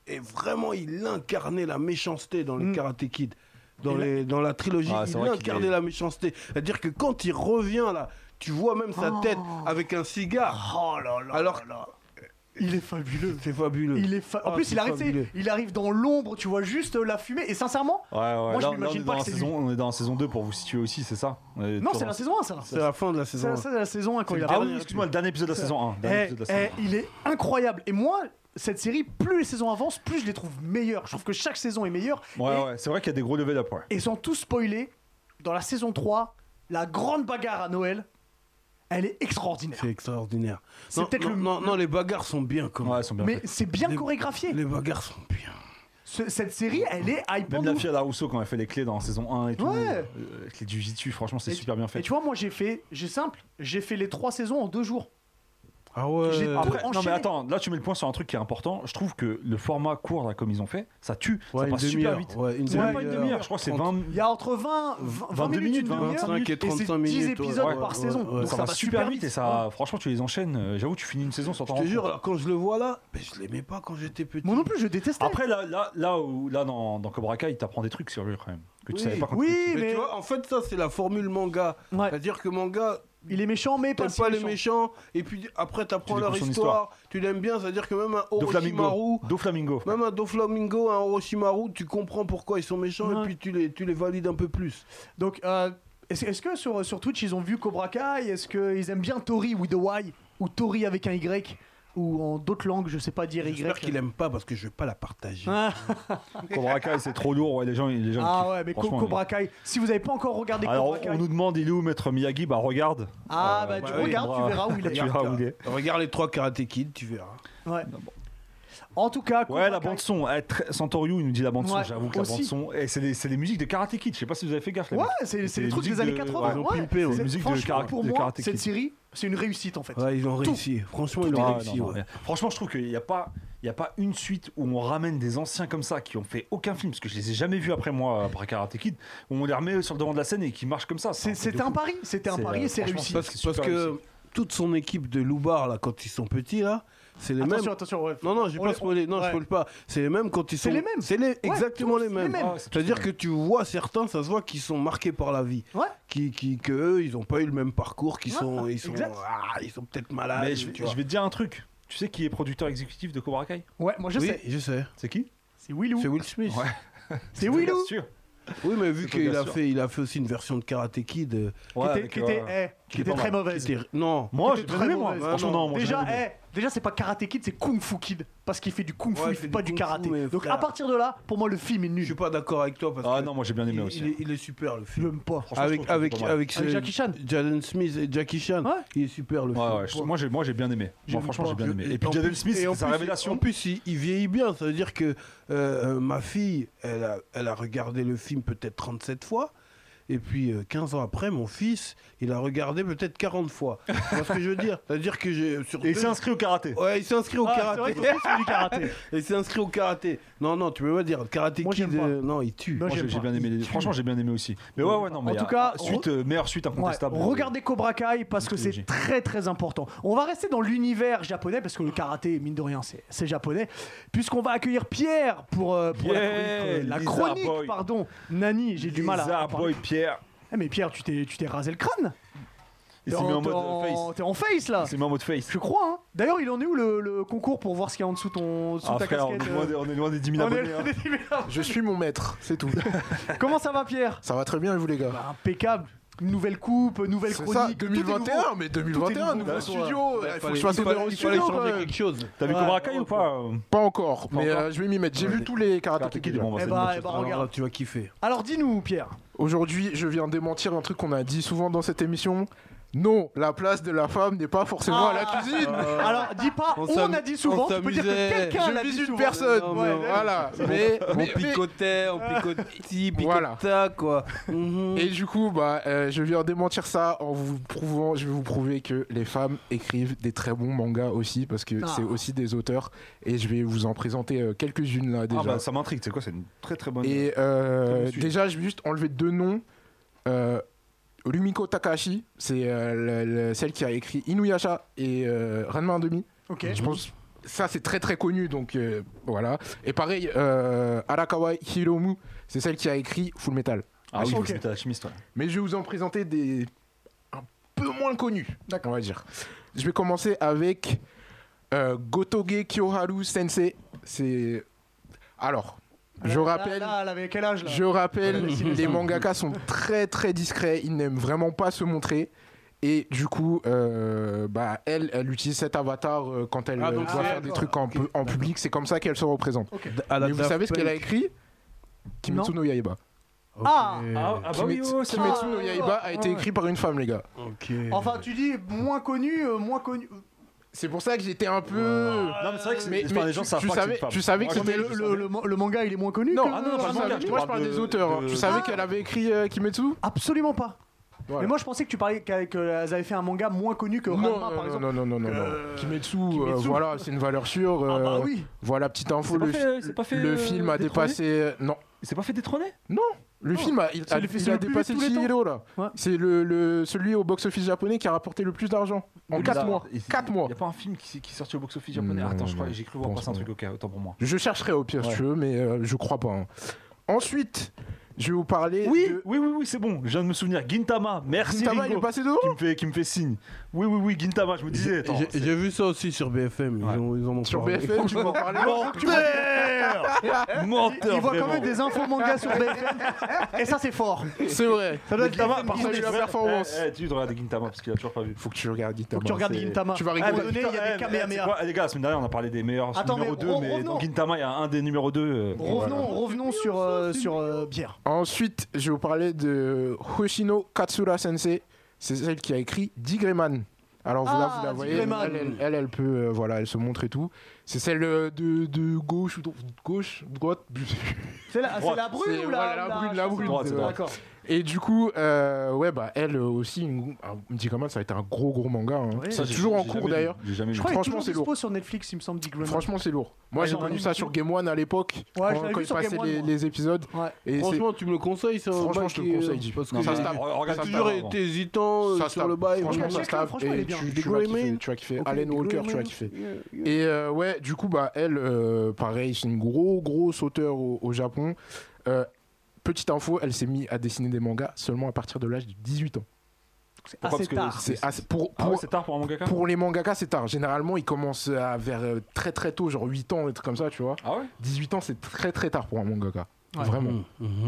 et vraiment, il incarnait la méchanceté dans le
Mm.
Karate Kid. Dans,
Il a-
les- dans la trilogie,
Ah, c'est
il
vrai qu'il
incarnait
est-
la méchanceté. C'est-à-dire que quand il revient là, tu vois même sa
Oh.
tête avec un cigare.
Oh là là.
Alors-
là là. il est fabuleux.
C'est fabuleux.
Il est fa- En
Ah,
plus,
c'est
il arrive, tu sais,
fabuleux.
il arrive dans l'ombre, tu vois juste euh, la fumée. Et sincèrement,
Ouais, ouais.
Moi, je
là,
m'imagine
là, on est
pas
dans
que
la
c'est
saison, on est dans la saison 2 pour vous situer aussi, c'est ça On est
non,
toujours
c'est
dans-
la saison 1, ça.
C'est la fin de la
C'est
saison.
la, c'est la saison 1 quand il
Ah oui,
arrive.
excuse-moi, le dernier épisode de la saison 1.
Eh, eh, il est incroyable. Et moi, cette série, plus les saisons avancent, plus je les trouve meilleures. Je trouve que chaque saison est meilleure.
Ouais,
et,
ouais, c'est vrai qu'il y a des gros level up, ouais.
et sans tout spoiler, dans la saison 3, la grande bagarre à Noël, elle est extraordinaire.
C'est extraordinaire.
C'est
Non,
peut-être
non,
le-
non, non, les bagarres sont bien quand même.
Ouais, ils sont bien
Mais
faits.
c'est bien
Les-
chorégraphié.
Les bagarres sont bien.
Ce- cette série, elle est hype
Même la fille à la Rousseau quand elle fait les clés dans saison 1 et tout.
Ouais.
euh, les clés du Jitu, franchement, c'est
Et-
super bien
Et
fait.
tu vois, moi j'ai fait, j'ai simple, j'ai fait les trois saisons en deux jours.
Ah ouais.
J'ai tout
Après, non
enchaîné.
mais attends, là tu mets le point sur un truc qui est important. Je trouve que le format court là comme ils ont fait, ça tue,
Ouais,
ça
une
passe super
demi-heure.
vite.
Ouais, une
C'est même pas une
demi-heure,
demi-heure, je crois que c'est
30.
20
Il y a entre 20, 20, 20
22
minutes,
minutes,
une demi-heure,
25 et
et c'est
35
10
minutes,
épisodes
ouais,
par
ouais,
saison.
ouais, ouais.
Donc
ça, va super vite et ça, franchement, tu les enchaînes. euh, J'avoue, tu finis une saison sans t'en
Je te
rendre
jure,
compte.
alors, quand je le vois là, ben, je l'aimais pas quand j'étais petit.
Moi non plus, je détestais.
Après, là, là, là, où, là dans, dans Cobra Kai, il t'apprend des trucs sur lui quand même. Que tu
Oui,
savais pas quand
oui,
mais,
mais,
tu vois, en fait, ça, c'est la formule manga.
Ouais.
C'est-à-dire que manga,
il est méchant, mais pas,
t'aimes
si
pas les
méchant.
méchants, et puis après, t'apprends
Tu
leur
découvres son
histoire, tu l'aimes bien, c'est-à-dire que même un
Do Flamingo.
Orochimaru,
Do Flamingo.
même un Doflamingo, un Orochimaru, tu comprends pourquoi ils sont méchants,
Ouais.
et puis tu les, tu les valides un peu plus.
Donc, euh, est-ce est-ce que sur, sur Twitch, ils ont vu Cobra Kai Est-ce qu'ils aiment bien Tori with a Y Ou Tori avec un Y Ou en d'autres langues, je sais pas dire Y.
J'espère qu'il aime pas, parce que je vais pas la partager.
Ah,
Cobra Kai, c'est trop lourd. Ouais, les gens, les gens.
ah
kiffent.
ouais, mais Co-
Franchement,
Cobra Kai, si vous avez pas encore regardé
Alors,
Cobra Kai,
on nous demande, il est où Maître Miyagi Bah, regarde.
ah
Euh,
bah tu
bah oui,
regardes,
on
tu
va-
verras où il est.
Tu verras où il est.
Regarde les trois Karate Kids, tu verras.
Ouais. En tout cas, Cobra
Ouais, la
Kai-
bande son. Santorio, il nous dit la bande son.
Ouais,
J'avoue que la
aussi.
bande son. Et c'est des, c'est des musiques de Karate Kid. Je sais pas si vous avez fait gaffe. les
Ouais,
mecs.
c'est c'est
des
les trucs des
musiques
années
de-
80.
ouais,
ouais.
pimpé, ouais.
C'est-
Musique de
franchement,
Kara-
pour
de
moi,
Karate
cette
Kid.
série, c'est une réussite en fait.
Ouais, ils ont
Tout.
réussi. Franchement, ils
Ah,
ont
non,
réussi.
non,
ouais.
mais Franchement, je trouve qu'il n'y a pas. Il n'y a pas une suite où on ramène des anciens comme ça qui ont fait aucun film, parce que je les ai jamais vus après moi, après Karate Kid, où on les remet sur le devant de la scène et qui marchent comme ça.
C'est- C'était un pari, c'était un
C'est,
pari
euh,
et c'est
franchement,
réussi.
pas-
Parce,
C'est
parce
super
que
réussi.
toute son équipe de loubar là, quand ils sont petits, là, c'est les
Attention,
mêmes.
attention, ouais.
Non, non, j'ai
On
pas
les-
spoilé. Non,
ouais.
je spoil pas. C'est les mêmes quand ils sont.
C'est les mêmes.
C'est les- exactement
tous
les
les
mêmes.
mêmes.
Ah, c'est tous
C'est-à-dire
les
que tu vois certains, ça se voit qu'ils sont marqués par la vie.
Ouais.
Qui, qui, que eux, ils ont pas eu le même parcours, qu'ils
Ouais,
sont, ils sont,
exact.
ah, ils sont peut-être malades.
Mais je,
tu
je
vois.
vais te dire un truc. Tu sais qui est producteur exécutif de Cobra Kai
Ouais, moi je
oui,
sais.
je sais.
C'est qui
C'est Willou.
C'est Will Smith.
Ouais.
C'est Willou.
Bien sûr.
Oui, mais vu
C'est pas
qu'il
bien
a
sûr.
fait, il a fait aussi une version de Karate Kid. euh,
Qui
Ouais,
était-
avec,
qui était
euh,
eh, qui
est
était
pas
très
mal.
mauvaise.
qui était- Non.
Moi,
qui
j'ai
était
bien
très
aimé, moi.
mauvaise.
Franchement, non, moi, j'ai
Déjà,
bien aimé.
eh, déjà c'est pas Karate Kid, c'est Kung Fu Kid. Parce qu'il fait du Kung Fu,
Ouais,
il
il
fait
fait
pas
du
du
Kung
karaté.
Fu, mais
Donc
frère.
à partir de là, pour moi, le film est
Je suis
nul.
pas d'accord avec toi parce
Ah
que
non, moi j'ai bien aimé
il,
aussi.
il est, il est super le film.
J'aime pas.
Franchement, je
Avec
trouve que
avec
c'est pas mal.
avec,
Avec
ce-
Jackie Chan.
Jalen Smith et Jackie Chan.
Ouais.
Il est super le
Ouais,
film.
ouais, je- moi j'ai moi, j'ai bien aimé.
J'aime
Moi, franchement,
pas.
j'ai bien aimé. Et
en
puis
plus-
Jaden Smith,
et en
c'est sa
plus,
révélation.
En plus, il, il vieillit bien. Ça veut dire que euh, euh, ma fille, elle a, elle a regardé le film peut-être 37 fois. Et puis, euh, 15 ans après, mon fils, il a regardé peut-être 40 fois. Tu vois ce que je veux dire C'est-à-dire que j'ai... sur
Et il
deux-
s'est inscrit au karaté.
Ouais, il s'est inscrit au
Ah, c'est vrai
karaté.
que ton fils fait du karaté.
il s'est inscrit au karaté. Non, non, tu peux pas dire. Le karaté
Moi,
Kid,
j'aime pas.
euh, non, il tue.
Non,
Moi, j'ai
j'aime
j'ai
pas.
bien aimé. les deux. Franchement, j'ai bien aimé aussi. Mais ouais, ouais, non, mais
En
il y
tout
a-
cas,
suite, euh, meilleure suite
Ouais,
incontestable.
regardez Cobra Kai parce que c'est
Trilogie.
très très important. On va rester dans l'univers japonais parce que le karaté, mine de rien, c'est c'est japonais. Puisqu'on va accueillir Pierre pour, euh, pour la chronique, euh,
Yeah, Lisa
la chronique,
Boy.
pardon. Nani, j'ai du mal à.
Lisa
à parler.
Boy Pierre.
Eh, mais Pierre, tu t'es tu t'es rasé le crâne.
Il
T'es
s'est mis en
t'es
mode euh,
en-
face.
T'es en face là.
Il s'est mis en mode face.
Je crois. Hein. D'ailleurs, il en est où le, le concours pour voir ce qu'il y a en dessous, ton, sous
Ah,
ta
frère, on
casquette
est loin
euh
des- on est loin des 10 000
On est
abonnés. hein.
loin des-
Je suis mon maître, c'est tout.
Comment ça va, Pierre Bah,
Ça va très bien et vous les gars
Impeccable. Nouvelle coupe, nouvelle
C'est ça,
chronique. tout est nouveau.
2021, mais 2021,
nouveau,
nouveau
ouais.
studio.
Ouais,
Il faut
fallait-
que je fasse
il
un
fallait-
numéro
il fallait
studio.
changer
quoi.
quelque chose.
T'as vu
Ouais,
Cobra Kai ou pas
Pas encore,
Pas
mais
encore.
euh, je vais m'y mettre. J'ai
Ouais.
vu tous les
Karate
karatékés
Kid, bon, on va
Eh
faire
bah,
une
eh
autre
bah,
chose.
regarde.
Alors, tu vas kiffer.
Alors dis-nous, Pierre.
Aujourd'hui, je viens démentir un truc qu'on a dit souvent dans cette émission. Non, la place de la femme n'est pas forcément à la
Ah.
cuisine.
Alors dis pas, on,
on s'am-
a dit souvent.
on
Tu peux dire que
s'amusait.
quelqu'un
Je
l'a dit
vise une
souvent.
personne.
Non,
mais-
Voilà. Mais,
Mais, on
mais- mais-
picotait, on picotit,
Voilà.
picota, quoi. Mhm.
Et du coup, bah, euh, je viens démentir ça en vous prouvant, je vais vous prouver que les femmes écrivent des très bons mangas aussi, parce que
Ah.
c'est aussi des auteurs, et je vais vous en présenter euh, quelques-unes là déjà.
Ah bah, ça m'intrigue, c'est quoi C'est une très très bonne.
Et euh,
Très bon sujet.
déjà, je vais juste enlever deux noms. Euh, Lumiko Takahashi, c'est euh, le- le- celle qui a écrit Inuyasha et euh, Ranma 1,5.
Ok.
Je pense ça c'est très très connu donc euh, voilà. Et pareil, euh, Arakawa Hiromu, c'est celle qui a écrit Full Metal.
Ah oui,
ok.
c'était la chimiste, ouais.
Mais je vais vous en présenter des un peu moins connus,
D'accord.
on va dire. Je vais commencer avec euh, Gotoge Kyoharu Sensei. C'est alors, je
Ah Là,
rappelle.
Là, elle avait quel âge là
Je rappelle,
Voilà,
les mangakas sont très très discrets, ils n'aiment vraiment pas se montrer. Et du coup, euh, bah, elle, elle utilise cet avatar euh, quand elle
Ah,
euh,
donc
doit
c'est
faire
elle,
des
quoi.
trucs en,
Ok,
pu- en public, c'est comme ça qu'elle se représente.
À la
Mais vous
Daft
savez ce qu'elle a
Punk.
écrit Kimetsu no Yaiba.
Ok.
Ah.
Ah, ah bah oui,
Kimetsu,
oui, oui, c'est
Kimetsu-
Kimetsu no
Ah,
Yaiba a été
ouais.
écrit par une femme, les gars.
Ok.
Enfin, tu dis moins connu, euh, moins connu.
C'est pour ça que j'étais un peu.
Non, mais c'est vrai que c'est-
Mais-
enfin,
mais
les gens
tu-
savent
tu
pas que c'est
savais-
une femme.
tu savais que
Moi,
Non,
je
mais
c'était
le,
le- je
le-
savais.
le man- le manga, il est moins connu.
Non,
que-
ah
non, pas
je
le manga,
savais-
je te
moi je
parle
parle
de-
des auteurs.
de-
Tu savais
Ah.
qu'elle avait écrit euh, Kimetsu
Absolument pas.
Voilà.
Mais moi, je pensais que tu parlais qu'avec, euh, elles avaient fait un manga moins connu que
non,
Ranma,
non,
par
non,
exemple.
non, non, non, non,
Euh,
Kimetsu,
Kimetsu.
euh, voilà, c'est une valeur sûre.
Ah bah
euh,
oui.
Voilà, petite info,
C'est pas
le,
fait-
fi-
c'est pas fait,
le
euh,
film a
détrôner
dépassé. euh, Non,
Il s'est pas fait détrôner
le
Oh.
film a, il,
C'est
a-
le- c'est
il
le
a
plus
dépassé
vu de tous les
Chihiro là.
Ouais.
C'est le, le- celui au box-office japonais qui a rapporté le plus d'argent en 4 mois.
Il-
4 mois.
Il y a pas un film qui, qui est sorti au box-office japonais
Non,
Attends, je crois
non,
j'ai cru voir
pense
passer un
pas.
truc, ok, autant pour moi.
Je chercherai au pire
Ouais.
si tu veux, mais euh, je crois pas. hein. Ensuite, je vais vous parler.
Oui,
de...
oui, oui, oui, c'est bon, je viens de me souvenir. Gintama, merci
Gintama, il
Ringo,
est passé devant
qui, me fait, qui me fait signe. Oui, oui, oui, Gintama, je me disais. Attends,
J'ai- J'ai vu ça aussi sur BFM. Ils,
Ouais.
ont, ils en ont
Sur
parlé.
BFM, tu m'en parlais.
menteur
Il,
Menteur
il voit quand
vraiment.
même des infos manga sur BFM. Et ça, c'est fort.
C'est vrai.
Ça doit être
Gintama,
BFM
par
qui
contre,
dit
il
ça.
a- performance.
Eh, eh, tu dois regarder Gintama parce qu'il a toujours pas vu.
eh. Faut que tu regardes
Faut
Gintama.
que tu regardes
c'est-
Gintama.
Tu vas
À un
rigoler.
moment donné, il y a
Eh,
des
mais, c'est
Kamehameha.
quoi, les gars, la semaine dernière, on a parlé des meilleurs
Attends,
numéro
mais
2,
re-
mais dans
revenons.
Gintama, il y a un des numéros 2. euh, bon, voilà.
Revenons, revenons sur, euh, sur euh, Bière.
Ensuite, je vais vous parler de Hoshino Katsura Sensei. C'est celle qui a écrit Digreman. Alors vous, là,
Ah,
vous la voyez, elle,
Digreman.
elle, elle, elle peut, euh, voilà, elle se montre et tout. C'est celle euh, de, de gauche ou dro- gauche, droite.
C'est la, c'est
Droite.
la brune
C'est-
ou la,
voilà, la brune, la brune,
Droite, c'est droite.
D'accord.
Et du coup, euh, ouais, bah elle euh, aussi, une, un- Digreman, ça a été un gros gros manga. hein.
Oui.
C'est
j'ai-
toujours en
j'ai
cours
jamais
d'ailleurs.
vu, J'ai jamais
Je
vu.
crois qu'il est
Franchement,
toujours
c'est
dispo sur Netflix, il me semble, dit Gremlin.
Franchement, c'est lourd. Moi,
Ouais,
j'ai
j'en ai
connu
vu
ça
aussi.
sur Game One à l'époque,
Ouais, je
quand,
l'avais
quand
vu
ils
sur Game
passaient
One,
les,
moi.
les épisodes.
Ouais.
Et c'est-
Franchement, tu me le conseilles, ça
Franchement, je te le conseille, dis.
Parce que
Non, ça
j'ai-
se tape.
j'ai
Regarde
ça se
toujours
tape.
Gintama,
été hésitant euh,
ça se
sur
tape.
le bail.
Franchement,
Ouais,
ça se
check-le,
tape.
franchement,
Et
il est
tu,
bien.
tu vas kiffer, tu vas kiffer. Alan Walker, tu vas kiffer. Et euh, ouais, du coup, bah, elle, euh, pareil, c'est une gros, grosse auteure au, au Japon. Euh, petite info, elle s'est mise à dessiner des mangas seulement à partir de l'âge de 18 ans.
Ah, C'est
Pourquoi
assez
Parce que
tard.
C'est assez- pour,
Ah ouais,
pour,
c'est tard pour un mangaka
pour les mangakas, c'est tard. Généralement, ils commencent à vers euh, très très tôt, genre 8 ans, des trucs comme ça, tu vois.
Ah ouais
18 ans, c'est très très tard pour un mangaka.
Ouais.
Vraiment.
Mm.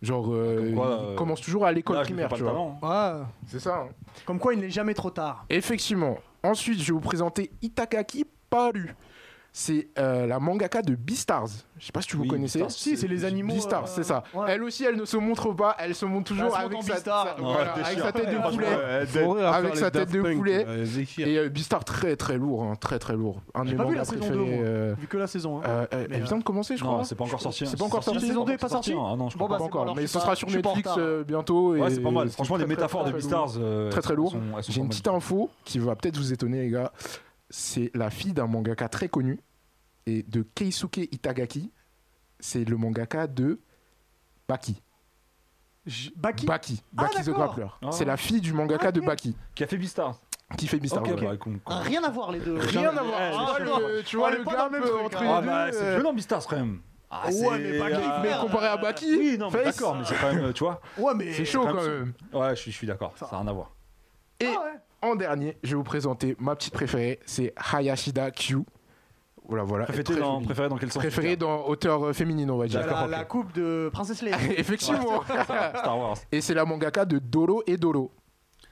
Genre, euh,
Comme quoi,
ils
euh,
commencent toujours à l'école
Là, je me fais
primaire,
pas
tu
le
vois.
talent.
Ouais.
C'est ça. hein.
Comme quoi, il n'est jamais trop tard.
Effectivement. Ensuite, je vais vous présenter Itakaki Paru. C'est euh, la mangaka de Beastars. Je sais pas si tu vous
Oui,
connaissez.
Beastars.
Si, c'est les animaux.
Beastars,
euh,
c'est ça.
ouais.
Elle aussi, elle ne se montre pas. Elle se montre toujours
se montre en
avec, sa,
Beastars.
sa-
Non,
voilà,
elle
avec
déchire.
sa tête de
Franchement,
poulet.
ouais, elle-
Avec sa tête de poulet. Et euh, Beastars, très très lourd. hein, très très lourd. Un de
J'ai
mes
pas vu
mangas
la saison deux,
préférés.
moi.
euh,
Vu que la saison. hein.
euh, elle-
Mais,
elle vient de commencer, je crois.
Non, c'est pas encore sorti. hein.
C'est pas encore
C'est
sorti.
La saison 2 est pas sortie
hein. Ah non, je
Bon, bah,
crois
Pas
c'est bon,
encore,
alors,
mais
je suis
ça
pas-
sera sur
je suis pas en
Netflix
retard.
euh, bientôt.
Ouais,
et
c'est pas mal.
c'est
Franchement, les
très, très,
métaphores
très,
de
très
Beastars. euh,
Très, très lourd.
elles sont- elles sont
J'ai une
pas
petite
mal.
info qui va peut-être vous étonner, les gars. C'est la fille d'un mangaka très connu et de Keisuke Itagaki. C'est le mangaka de Baki.
J- Baki
Baki.
Ah,
Baki the
d'accord.
Grappler.
Ah.
C'est la fille du mangaka
Ah, ok.
de Baki
Qui a fait Beastars
qui fait Beastars.
Ok,
ouais.
bah, con- con.
Ah, Rien à voir les deux.
Rien à
Eh,
Ouais,
voir.
c'est
Ah,
sûr.
le- tu vois
On est
le
pas dans
gap
le même
euh,
truc,
entre
hein.
les
Ah
deux.
bah, c'est
euh,
violent Beastars quand même. Ah,
Ouais,
c'est-
mais pas que-
ah,
mais comparé à Baki,
Oui, non, mais
Face,
d'accord, mais c'est quand même, euh, tu vois.
Ouais, mais.
c'est chaud
quand
quand
même.
même.
Ouais, je suis, je suis d'accord, ça n'a rien à voir.
Ah ouais.
En dernier, je vais vous présenter ma petite préférée, c'est Hayashida Q. Voilà, voilà.
Préféré,
Préféré
dans, préféré dans quel sens
préférée dans auteur euh, féminine, on va dire.
la,
D'accord,
la
ok.
coupe de Princesse
Ah,
Leia.
Effectivement.
Star Wars.
et c'est la mangaka de Doro et Doro.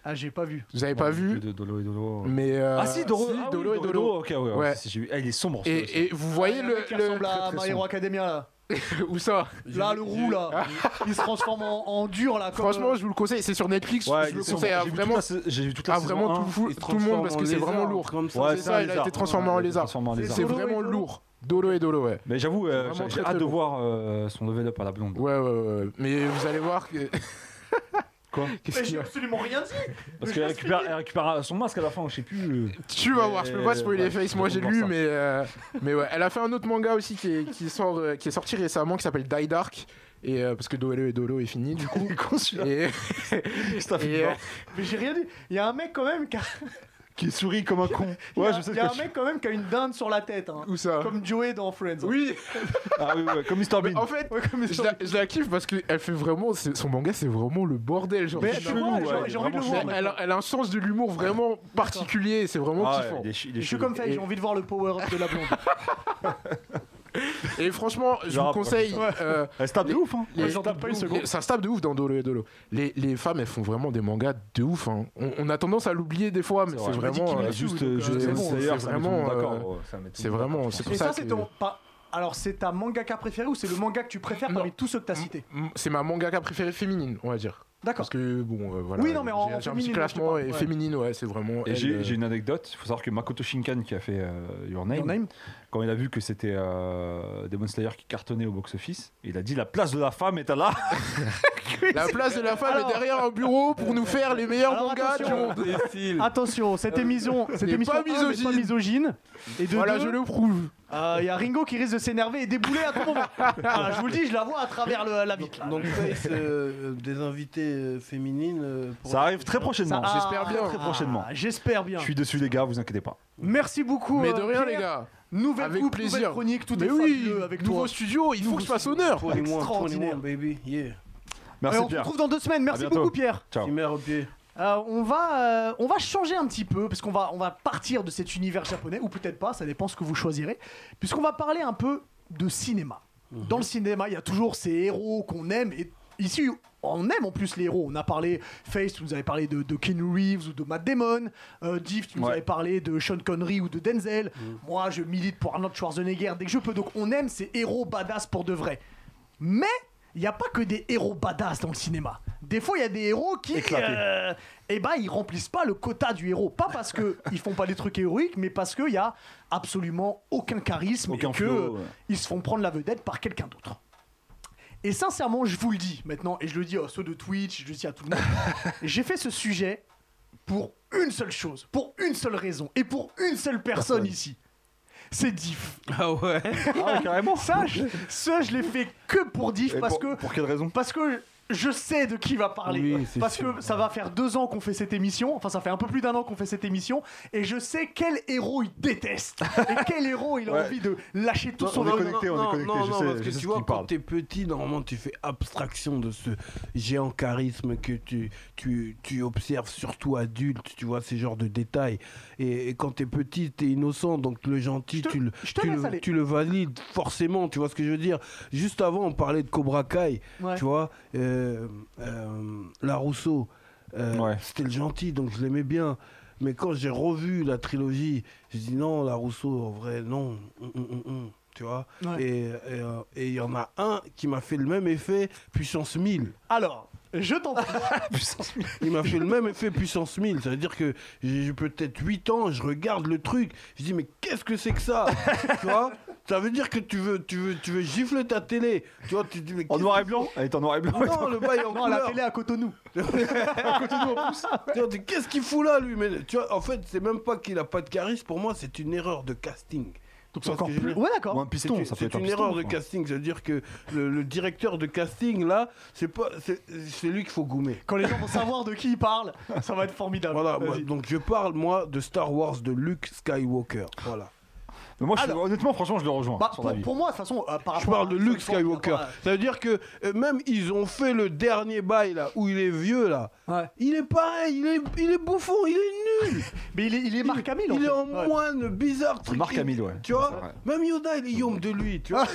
Ah, j'ai pas vu.
Vous avez pas
Ouais,
vu,
de- de Dolo et Dolo.
mais euh,
Ah si, Doro, ah oui,
Doro et Doro.
Ok, ouais, ouais,
Ouais.
si, j'ai vu. Ah, il est sombre. celui-là aussi.
Et, et vous voyez
Ah,
le,
mec qui
le-
ressemble
très,
à
très
My Hero Academia là.
sombre. où ça
Là, le roux là. Il se transforme en, en dur là. comme-
Ah.
euh,
Franchement, je vous le conseille. C'est sur Netflix.
Ouais,
je
il
le
est sombre.
conseille à
J'ai vu toute
vraiment,
la sa- J'ai vu toute la
à
saison
vraiment
1.
tout,
Il se
tout le monde
transforme
parce
en
que c'est vraiment
lézard,
lourd.
Comme ça.
Ouais,
C'est
un
ça, il a
lézard.
été transformé en
Ouais, il a été
lézard.
transformé en lézard.
C'est
Doro et
vraiment
Doro.
lourd. Doro et Doro, ouais.
Mais j'avoue, euh,
Vraiment
j'ai-
très,
j'ai
très
hâte de
lourd.
voir euh, son level up à la blonde.
Ouais, ouais, ouais. ouais. Mais vous allez voir que.
Quoi
Qu'est-ce
Mais
qu'il y
j'ai
a
absolument rien dit.
Parce
Mais
qu'elle
je
récupère,
l'explique.
elle récupère euh, son masque à la fin, je sais plus. euh.
Tu vas voir, je peux pas
Mais-
spoiler
ouais,
Face,
je
moi
peux
j'ai
voir
lu,
ça.
mais, euh, mais ouais. Elle a fait un autre manga aussi qui est, qui sort, euh, qui est sorti récemment, qui s'appelle Die Dark, et, euh, parce que Doelo et Dolo est fini du coup. et,
Ça fait
et, euh,
peur.
Mais j'ai rien dit. Il y a un mec quand même qui a,
Qui sourit comme un con.
il y
Ouais,
a-
je sais
il
ce
y a un
que tu...
mec quand même qui a une dinde sur la tête. hein.
où ça
Comme Joey dans Friends.
Oui,
Ah oui, ouais, comme Mr
mais
Bean.
en fait,
Ouais, comme
je la, je la kiffe parce qu'elle fait vraiment. c'est- Son manga, c'est vraiment le bordel. Genre,
Mais
c'est
tu
chelou,
vois,
ouais.
j'ai- j'ai envie de le voir.
Elle, a, elle a un sens de l'humour vraiment particulier, c'est vraiment
Ah ouais,
kiffant.
il est ch- il est
Je suis
chelou.
comme ça, j'ai envie de voir le power up de la blonde.
Et franchement, je
Genre,
vous conseille. euh,
Elle se tape de ouf, hein.
les-
Elle se
j'en
tape
doute pas
de
une
ouf.
seconde.
les- ça se tape de ouf dans Dolo et Dolo. Les, les femmes, elles font vraiment des mangas de ouf. hein. On, on a tendance à l'oublier des fois, mais c'est
vrai.
vraiment.
Ouais,
euh,
Juste,
donc,
euh,
euh,
juste
c'est
les
bon,
conseillers,
c'est
ça met tout le monde
vraiment, euh,
d'accord, ouais, ça met tout le
c'est
monde
vraiment-
d'accord,
c'est
je
pour
Et
ça
ça, c'est
que-
ton. pas- Alors, c'est ta mangaka préférée ou c'est le manga que tu préfères
Non.
parmi tous ceux que t'as cités
m- C'est ma mangaka préférée féminine, on va dire.
D'accord.
Parce que bon, euh, voilà.
Oui, non, mais en
j'ai- j'ai un petit
féminine, moi, je te
classement
parle,
et
ouais.
féminine, ouais, c'est vraiment.
pense. Et
elle,
j'ai
euh,
j'ai une anecdote. Il faut savoir que Makoto Shinkan qui a fait euh, Your Name,
Your name
quand il a vu que c'était euh, Demon Slayer qui cartonnait au box-office, il a dit la place de la femme est à là.
La place de la femme
Alors-
est derrière un bureau pour nous faire les meilleurs
Alors,
mangas du
attention.
monde.
Attention, cette émission, cette
n'est
émission
Euh, pas
un, n'est pas
misogyne.
misogyne. Et de
Voilà,
deux,
je le prouve.
Euh, Il y a Ringo qui risque de s'énerver et débouler à tout moment. Voilà, je vous le dis, je la vois à travers le- la vitre. là.
Donc, Face, euh, des invités euh, féminines. euh, pour-
Ça arrive très prochainement.
Ça- ah,
j'espère bien. Ah,
Très prochainement.
J'espère bien.
Je suis dessus les gars, vous inquiétez pas.
Merci beaucoup.
Mais de
euh,
rien,
Pierre.
les gars.
Nouvelle
Avec
coupe,
plaisir.
nouvelle chronique, tout
Mais
est
oui,
fabuleux avec
nouveau
toi.
studio, il faut que je fasse honneur.
21,
Extraordinaire.
21, baby. Yeah.
Et
Merci
on se
Pierre.
retrouve dans deux semaines. Merci
bientôt.
beaucoup, Pierre.
Ciao.
Il met au pied.
Euh, on, va, euh, on va changer un petit peu, parce qu'on va, on va partir de cet univers japonais, ou peut-être pas, ça dépend ce que vous choisirez, puisqu'on va parler un peu de cinéma. Dans le cinéma, il y a toujours ces héros qu'on aime, et ici, on aime en plus les héros. On a parlé, Face, tu nous avais parlé de, de Keanu Reeves ou de Matt Damon, euh, Diff, tu nous
Ouais. Mm.
avais parlé de Sean Connery ou de Denzel. Moi, je milite pour Arnold Schwarzenegger dès que je peux, donc on aime ces héros badass pour de vrai. Mais il n'y a pas que des héros badass dans le cinéma. Des fois, il y a des héros qui,
Éclatés.
euh, eh ben, ils remplissent pas le quota du héros. Pas parce que ils font pas des trucs héroïques, mais parce qu'il y a absolument aucun charisme
Aucun
et que
flow, ouais.
euh, ils se font prendre la vedette par quelqu'un d'autre. Et sincèrement, je vous le dis maintenant, et je le dis à ceux de Twitch, je le dis à tout le monde, j'ai fait ce sujet pour une seule chose, pour une seule raison, et pour une seule personne ici. C'est Diff.
Ah ouais
Ah ouais, carrément.
Ça, je, ça, je l'ai fait que pour Diff
Et
parce
pour-
que
Pour quelle raison
parce que je sais de qui va parler.
Oui, c'est
parce
sûr.
que ça va faire deux ans qu'on fait cette émission. Enfin, ça fait un peu plus d'un an qu'on fait cette émission. Et je sais quel héros il déteste. et quel héros il a
Ouais.
envie de lâcher tout
Non,
son
on est
amour.
connectés, on est connectés,
Non,
je
non,
sais-
parce
je
que
sais
tu
ce
vois,
qu'il parle.
quand t'es petit, normalement, tu fais abstraction de ce géant charisme que tu, tu, tu observes, surtout adulte, tu vois, ces genres de détails. Et, et quand t'es petit, t'es innocent, donc le gentil,
Je te-
tu, le,
je te
tu,
laisse
le,
aller.
tu le valides forcément, tu vois ce que je veux dire. Juste avant, on parlait de Cobra Kai,
Ouais.
tu vois, euh, euh, la Rousseau, euh,
Ouais.
c'était le gentil, donc je l'aimais bien. Mais quand j'ai revu la trilogie, j'ai dit non, la Rousseau, en vrai, non. Hum, hum, hum, hum. Tu vois
Ouais.
et euh, et il y en a un qui m'a fait le même effet, puissance 1000.
Alors, je t'en prie.
Il m'a fait le même effet, puissance 1000. Ça veut dire que j'ai j'ai peut-être 8 ans, je regarde le truc, je dis, mais qu'est-ce que c'est que ça Tu vois Ça veut dire que tu veux, tu, veux, tu veux gifler ta télé. Tu vois, tu te dis, mais
En
qu'est-ce
noir
que-
et blanc Elle est en noir et blanc.
Non, le bail est en
Non, la
couleur.
télé à Cotonou.
Tu vois, tu dis, Qu'est-ce qu'il fout là, lui mais, tu vois, En fait, c'est même pas qu'il a pas de charisme. Pour moi, c'est une erreur de casting.
Donc
Tu
c'est
vois ce
encore
que je veux
plus.
dire
Ouais,
Ou
d'accord.
un piston,
C'est-
ça peut être
C'est
un
une
piston,
erreur de
quoi.
casting, ça veut dire que le, le directeur de casting là, c'est pas, c'est c'est lui qu'il faut goumer.
Quand les gens vont savoir de qui ils parlent, ça va être formidable.
Voilà,
Vas-y.
moi, donc je parle moi de Star Wars de Luke Skywalker. Voilà.
Mais moi, je-
Alors-
honnêtement, franchement, je le rejoins.
Bah,
sur
pour,
l'avis.
pour moi, de toute façon, euh, par
Je
rapport
parle
à-
de Luke
par rapport
Skywalker. Ça veut dire que euh, même ils ont fait le dernier bail là où il est vieux là.
à- Ouais.
Il est pareil, il est, il est bouffon, il est nul.
Mais il est, il est Marc Hamill.
Il
fait.
est en
Ouais.
moine, bizarre truc.
Marc
Il-
Hamill, ouais.
Tu vois,
C'est vrai.
même Yoda il est yom de lui, tu vois.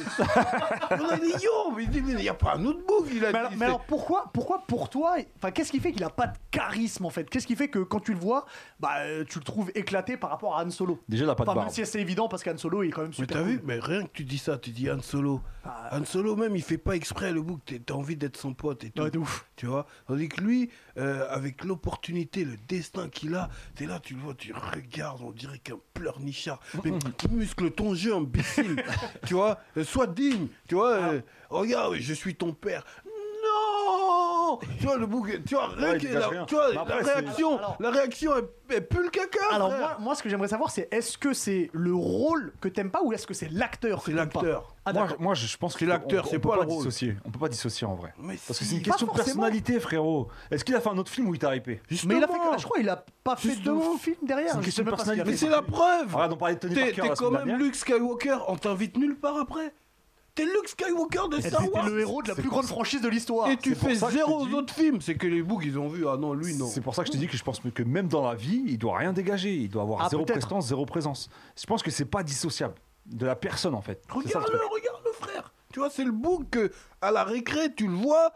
Yoda il est yom, il dit mais il n'y a pas un autre bouc, il a
Mais alors,
dit.
mais alors pourquoi, pourquoi pour toi, enfin qu'est-ce qui fait qu'il a pas de charisme en fait Qu'est-ce qui fait que quand tu le vois, bah euh, tu le trouves éclaté par rapport à Han Solo
Déjà, il a pas de
Enfin même
barbe.
si c'est évident parce qu'Han Solo il est quand même
Mais
super.
t'as vu,
cool.
mais rien que tu dis ça, tu dis Han Solo.
Ah.
Han Solo même, il fait pas exprès le bouc, t'as t'as envie d'être son pote et tout.
Ouais, de ouf.
Tu vois Tandis que lui, euh, avec l'opportunité, le destin qu'il a, t'es là, tu le vois, tu regardes, on dirait qu'un pleurnichard. Mais muscle ton jeu, imbécile Tu vois Euh, Sois digne Tu vois
Ah.
euh, Regarde, je suis ton père Non Tu vois, le bouc, tu vois, rien
Ouais, il
que
dégage
la-
rien.
tu vois,
Mais après,
la
c'est-
réaction,
Alors-
la réaction, elle, elle pue le caca
Alors
Ah, frère.
moi, moi ce que j'aimerais savoir c'est est-ce que c'est le rôle que t'aimes pas ou est-ce que c'est l'acteur que
C'est
t'aimes pas
l'acteur.
Ah
moi,
d'accord.
je- moi, je je pense que
C'est l'acteur,
on- on
c'est
peut
pas
pas
le rôle.
dissocier. On peut pas dissocier en vrai.
Mais
Parce que c'est une
si,
question de
pas forcément.
personnalité, frérot. Est-ce qu'il a fait un autre film où il t'a hypé
Mais il a fait,
Justement.
je crois il a pas fait de
Justement.
film derrière.
C'est une
Je
question
sais même pas
de
ce qu'il a
personnalité.
Mais
fait.
c'est la preuve
Ah, Regarde, on parlait de Tony
T'es
Parker
t'es
la
quand
semaine
même
dernière.
Luke Skywalker, on t'invite nulle part après. T'es Luke Skywalker de
Et
Star
C'était
Wars.
le héros de la plus grande franchise de l'histoire.
Et tu
C'est pour
fais
ça que je
zéro
te
aux
dis-
autres films. C'est que les boucs, ils ont vu. Ah non, lui, non.
C'est pour ça que je te dis que je pense que même dans la vie, il doit rien dégager. Il doit avoir
Ah,
zéro
peut-être.
prestance, zéro présence. Je pense que c'est pas dissociable de la personne en fait. C'est ça le
Regarde-le,
truc.
regarde-le, frère. Tu vois, c'est le bouc que, à la récré, tu le vois,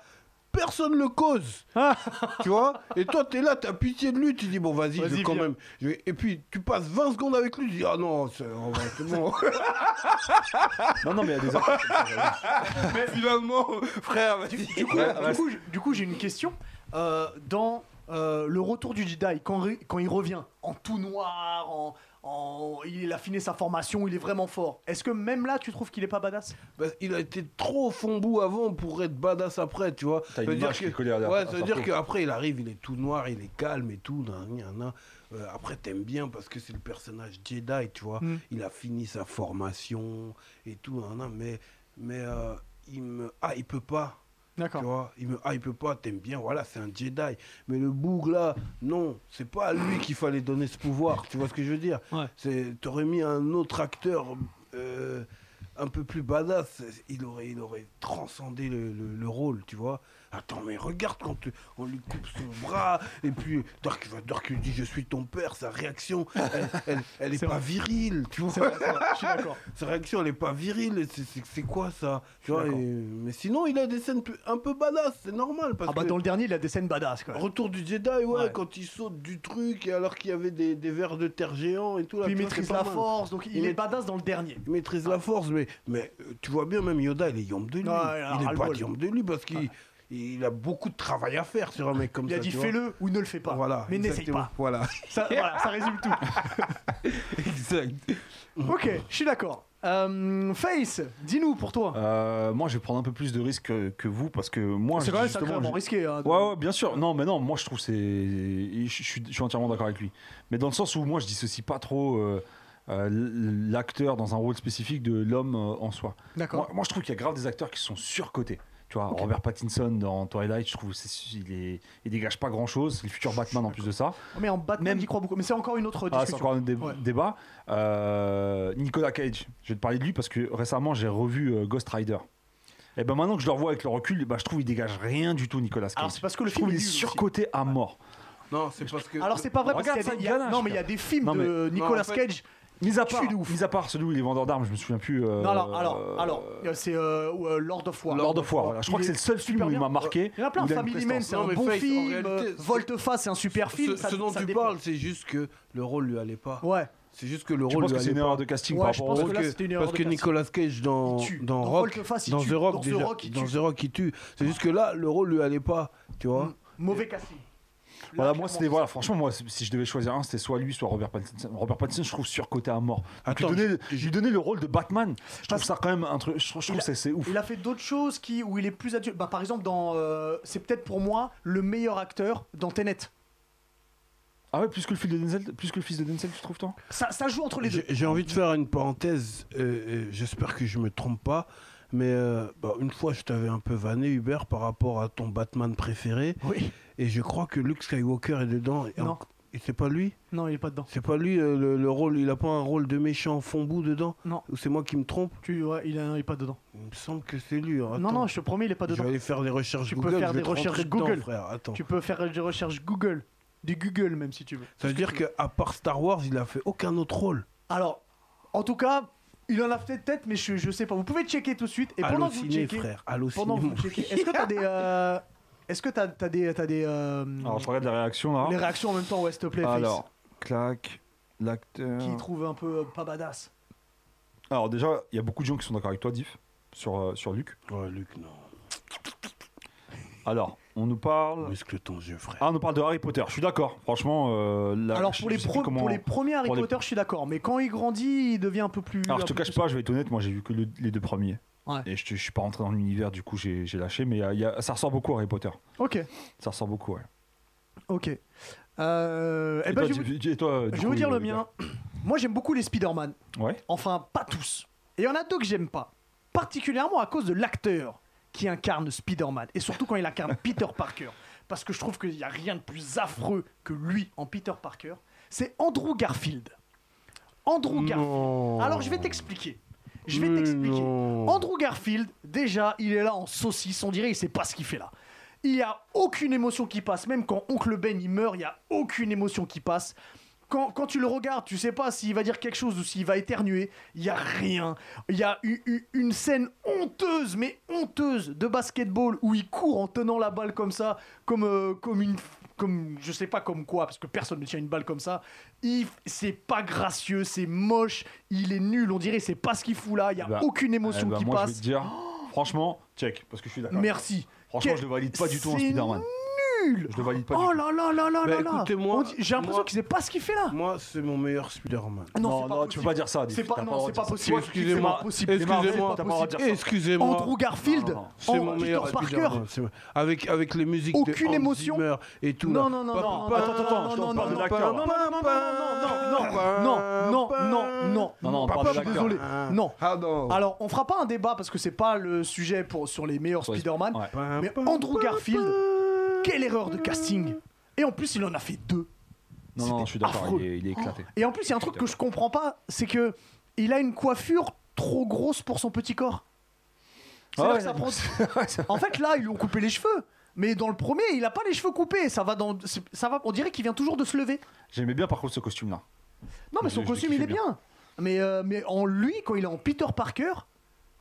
personne le cause.
Ah.
tu vois Et toi, t'es là, t'as pitié de lui. Tu dis, bon, vas-y, je vais
Vas-y,
quand
viens.
même. je vais- Et puis, tu passes 20 secondes avec lui. Tu dis, ah non, c'est on va- c'est bon.
Non, non, mais il y a des acteurs comme ça, j'avoue.
Mais finalement, frère, vas-y.
Du coup,
Ouais,
du
ouais.
coup, j- du coup, j'ai une question. Euh, dans euh, le retour du Jedi, quand, ri- quand il revient en tout noir, en, en- il a affiné sa formation, il est vraiment fort. Est-ce que même là, tu trouves qu'il est pas badass
Bah, il a été trop fond bout avant pour être badass après, tu vois.
T'as une
Ça veut dire
image qui est collée à la- à
Ouais, ça veut
sa
dire
peau.
qu'après, il arrive, il est tout noir, il est calme et tout. nan, nan, nan. Euh, après, t'aimes bien parce que c'est le personnage Jedi, tu vois.
Mm.
Il a fini sa formation et tout, nan, nan, mais, mais euh, il me. Ah, il peut pas. Tu
D'accord.
vois, il me ah, il peut pas, t'aimes bien, voilà, c'est un Jedi. Mais le boug là, non, c'est pas à lui qu'il fallait donner ce pouvoir, tu vois ce que je veux dire
Ouais.
c'est T'aurais mis un autre acteur euh, un peu plus badass, il aurait, il aurait transcendé le, le- le rôle, tu vois Attends, mais regarde quand tu- on lui coupe son bras, et puis Dark, Dark lui dit Je suis ton père, sa réaction, elle, elle, elle est,
C'est
pas
vrai.
virile, tu vois
C'est vrai, c'est vrai, je suis d'accord.
sa réaction, elle est pas virile. c'est- C'est c'est quoi ça Tu vois,
d'accord.
et- Mais sinon, il a des scènes plus- un peu badass, c'est normal. Parce
Ah bah
que
dans le dernier, il a des scènes badass quoi.
Retour du Jedi, ouais,
Ouais.
quand il saute du truc, et alors qu'il y avait des, des vers de terre géants et tout. Là,
Puis
tu
il
vois,
maîtrise
c'est pas
la
mal.
force, donc il
Il
est
est-
badass dans le dernier.
Il maîtrise la force, mais, mais euh, tu vois bien, même Yoda, il est yom de lui.
Ouais, il a
il est pas
ras-le-bol.
yom de lui parce qu'il il a beaucoup de travail à faire sur un mec comme
Il
ça.
a dit
tu vois.
fais-le ou ne le fais pas.
Voilà,
Mais n'essaye
exactement.
pas.
Voilà,
Ça, voilà, ça résume tout.
exact.
Ok, je suis d'accord. Euh, Face, dis-nous pour toi.
Euh, moi, je vais prendre un peu plus de risques que, que vous parce que moi,
c'est quand même
justement,
sacrément
je-
risqué. hein, de-
Ouais, ouais, bien sûr. Non, mais non, moi je trouve c'est. Je je suis, je suis entièrement d'accord avec lui. Mais dans le sens où moi je dissocie pas trop euh, euh, l- l'acteur dans un rôle spécifique de l'homme euh, en soi.
D'accord.
Moi, moi, je trouve qu'il y a grave des acteurs qui sont surcotés. Tu vois, Robert Pattinson dans Twilight, je trouve c'est- il, est, il dégage pas grand chose. C'est le futur Batman en plus de ça.
Mais en Batman,
Même-
j'y crois beaucoup. Mais c'est encore une autre
Ah, c'est
discussion.
encore un dé-
Ouais.
débat. Euh, Nicolas Cage, je vais te parler de lui parce que récemment j'ai revu euh, Ghost Rider. Et ben maintenant que je le revois avec le recul, bah, je trouve qu'il dégage rien du tout, Nicolas Cage.
Alors, c'est parce que le
je
film
trouve
est
qu'il est
nul aussi.
surcoté à mort.
Non, c'est parce que.
Alors c'est pas vrai parce qu'il y
Regarde
a des,
ça,
il y a-
Ganache,
non mais il y a des films
Non, mais-
de Nicolas
en fait-
Cage.
Mis à
Je
part,
suis de ouf.
mis à part celui où il est vendeur d'armes, je me souviens plus. euh,
Non alors alors
euh,
alors euh, c'est euh, ou, euh, Lord of War.
Lord of War, voilà. Je
Il
crois que c'est
est
le seul film
super
où il
bien.
m'a marqué.
Il y en a plein.
où a une
Family Man,
prestance.
c'est
Non,
un
mais
bon
Face, en
film.
réalité,
euh,
c'est-
Volteface, c'est un super film.
ce,
ça-
ce dont
ça
tu
dépend.
parles, c'est juste que le rôle lui allait pas.
Ouais.
C'est juste que le
Tu
rôle
penses
lui
que c'est
allait
une
pas.
erreur de casting
Ouais,
par
je
rapport
pense
au
que- là, c'était une erreur
parce
de
que
casting.
Nicolas Cage dans,
Il tue.
dans
Dans
Rock,
Volteface, il
dans
tue.
The Rock,
Dans The
déjà,
Rock, il
dans
tue.
The Rock, il tue. C'est juste que là, le rôle lui allait pas, tu vois.
Mm. Mauvais casting.
Voilà,
Là,
moi,
clairement,
c'était, voilà, franchement, moi, c'est- si je devais choisir un, c'était soit lui, soit Robert Pattinson. Robert Pattinson, je trouve surcoté à mort. Donc,
Attends,
lui donner,
je- je-
lui donner le rôle de Batman, je trouve
Parce-
ça quand même un truc. Je, trouve- je trouve
Il a-
que c'est, c'est ouf.
Il a fait d'autres choses qui où il est plus adulte. Bah par exemple dans euh, c'est peut-être pour moi le meilleur acteur dans Tenet.
Ah ouais, plus que le fils de Denzel, plus que le fils de Denzel, tu trouves toi
Ça, ça joue entre les
J'ai
deux.
j'ai envie de faire une parenthèse, euh, euh, j'espère que je me trompe pas, mais euh, bah, une fois je t'avais un peu vanné Hubert par rapport à ton Batman préféré,
Oui.
et je crois que Luke Skywalker est dedans. Et
Non.
en- Et c'est pas lui
Non, il est pas dedans.
C'est pas lui euh, le, le rôle, il a pas un rôle de méchant fond bout dedans
Non.
Ou c'est moi qui me trompe
Tu, ouais, il, est- il est pas dedans.
Il me semble que c'est lui. hein.
Non,
Attends.
non, je te promets, il est pas
je
dedans.
vais aller faire des recherches
Tu peux
Google.
faire
je vais
des
te rentrer
recherches
dedans,
Google.
frère. Attends.
Tu peux faire des recherches Google. Du Google, même si tu veux.
Ça veut dire qu'à part Star Wars, il a fait aucun autre rôle.
Alors, en tout cas, il en a peut-être, mais je, je sais pas. Vous pouvez checker tout de suite. Et pendant que vous
Allociné,
checkez,
frère. Allociné.
pendant que vous checkez, est-ce que t'as des, euh, est-ce que t'as, t'as des, t'as des, euh,
Alors, je regarde la réaction là.
les réactions en même temps, ouais, s'il te plaît, Félix,
Alors, clac, l'acteur.
qui trouve un peu euh, pas badass.
Alors, déjà, il y a beaucoup de gens qui sont d'accord avec toi, Diff, sur, euh, sur Luc.
Ouais, Luc, non.
Alors, on nous parle.
Muscle ton jeu, frère.
Ah, on nous parle de Harry Potter. Je suis d'accord. Franchement, euh, la-
Alors
je-
pour
je
les,
sais plus
pro-
comment-
pour les premiers Harry
pour les-
Potter, je suis d'accord, mais quand il grandit, il devient un peu plus.
Alors, je
un
te
peu
cache
plus-
pas, je vais être honnête, moi j'ai vu que le- les deux premiers.
Ouais.
Et je, te- je suis pas rentré dans l'univers, du coup j'ai j'ai lâché, mais euh, il y a- ça ressort beaucoup Harry Potter.
Ok,
Ça ressort beaucoup, ouais.
ok. Euh, eh
et,
ben,
toi,
je vais vous-
tu- tu- et toi, euh,
je
du
vais vous
coup,
dire le
euh,
mien. Moi, j'aime beaucoup les Spider-Man.
Ouais.
Enfin, pas tous. Et il y en a deux que j'aime pas. Particulièrement à cause de l'acteur qui incarne Spider-Man. Et surtout quand il incarne Peter Parker. Parce que je trouve qu'il n'y a rien de plus affreux que lui en Peter Parker. C'est Andrew Garfield. Andrew Garfield.
Non.
Alors je vais t'expliquer. Je vais
Mais
t'expliquer.
non.
Andrew Garfield, déjà, il est là en saucisse. On dirait il sait pas ce qu'il fait là. Il n'y a aucune émotion qui passe. Même quand Oncle Ben il meurt, il n'y a aucune émotion qui passe. Quand, quand tu le regardes, tu sais pas s'il va dire quelque chose ou s'il va éternuer. Il n'y a rien. Il y a eu, eu une scène honteuse, mais honteuse, de basketball où il court en tenant la balle comme ça, comme, euh, comme une. Comme, je sais pas comme quoi, parce que personne ne tient une balle comme ça. Il- C'est pas gracieux, c'est moche, il est nul, on dirait c'est pas ce qu'il fout là, il n'y a
Eh ben,
aucune
eh
émotion
ben,
qui
moi,
passe.
Je vais te dire, franchement, check, parce que je suis d'accord.
Merci.
Franchement,
Quel-
je le valide pas du tout en
C'est
Spider-Man.
Nul.
Je le valide pas
Oh
du tout.
là là là là
Bah,
là là.
écoutez-moi,
On dit- J'ai l'impression
moi-
qu'il sait pas ce qu'il fait là.
Moi, c'est mon meilleur Spider-Man.
Non, c'est pas
tu
possible.
peux pas dire ça. Diff,
C'est pas
t'as
non, c'est
le
pas
droit de dire ça.
possible.
Excusez-moi.
C'est pas possible.
C'est pas
Excusez-moi.
possible. T'as pas le droit de dire ça.
Excusez-moi.
Andrew Garfield,
Non, non, non.
C'est mon
en
meilleur
Peter Parker.
Spider-Man, c'est- Avec, avec les musiques
Aucune
de Hans
émotion.
Zimmer et tout.
Non,
là.
non, non,
Pa-
non,
pa-
attends, attends, attends,
non,
je t'en
non,
parle
non,
de
non,
l'acteur.
non, non, non, non, non, non, non, non, non, non,
Non, non, on
papa,
parle
je
de
suis
l'acteur.
désolé.
Ah.
Non.
Ah non.
Alors, on fera pas un débat parce que c'est pas le sujet pour sur les meilleurs
Ouais.
Spider-Man,
Ouais.
Pa-
mais
pa-
Andrew
pa-
Garfield,
pa-
quelle erreur de casting Et en plus, il en a fait deux.
Non, non, je suis d'accord,
affreux.
il est, il est éclaté.
Et en plus, il y a un truc que je comprends pas, c'est que il a une coiffure trop grosse pour son petit corps. C'est-à-dire
Ah ouais,
que ça
non,
prend-
c'est- ouais, ça-
En fait, là, ils lui ont coupé les cheveux. Mais dans le premier, il a pas les cheveux coupés. Ça va dans, c'est- ça va. On dirait qu'il vient toujours de se lever.
J'aimais bien par contre ce costume là.
Non, mais
Je-
son
je
costume,
l'ai
il est
kiffé
bien. Mais, euh, mais en lui, quand il est en Peter Parker,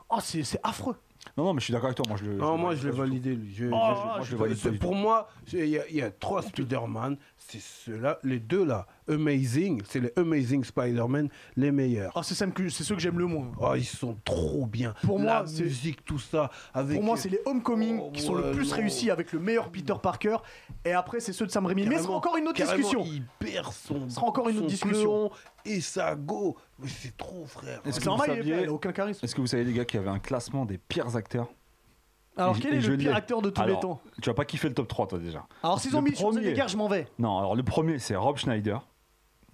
oh, c'est c'est affreux.
Non, non, mais je suis d'accord avec toi. Moi, je le.
Non, moi
pas
je l'ai
du tout.
validé lui. Je-
là
je-
là,
Moi,
je-
je le valide. pas
C'est-
du tout.
pour moi, c'est- il y, a- il y a trois Spider-Man, c'est ceux-là, les deux là, Amazing, c'est les Amazing Spider-Man, les meilleurs.
Oh, c'est ceux que- c'est ceux que j'aime le moins.
Oh, ils sont trop bien.
Pour
la
moi, c'est-
musique, tout ça. Avec
Pour moi, c'est les Homecoming
Oh,
qui sont le
ouais,
plus
non.
réussis avec le meilleur Peter Parker. Et après, c'est ceux de Sam Raimi. Mais ce sera
Carrément-
encore une autre
carrément,
discussion.
Il perd son.
Ce sera encore une
son
autre discussion.
clon et sa go. Mais c'est trop, frère.
Est-ce
C'est
que
normal,
vous
il est
saviez-
pas- il a aucun charisme.
Est-ce que vous savez, les gars, qu'il y avait un classement des pires acteurs
Alors,
Et-
quel
et
est
je
le pire
l'ai.
acteur de tous
Alors,
les temps
Tu vas pas kiffer le top 3, toi déjà.
Alors, s'ils ont
le
mis
premier-
Schwarzenegger, je m'en vais.
Non, alors le premier, c'est Rob Schneider.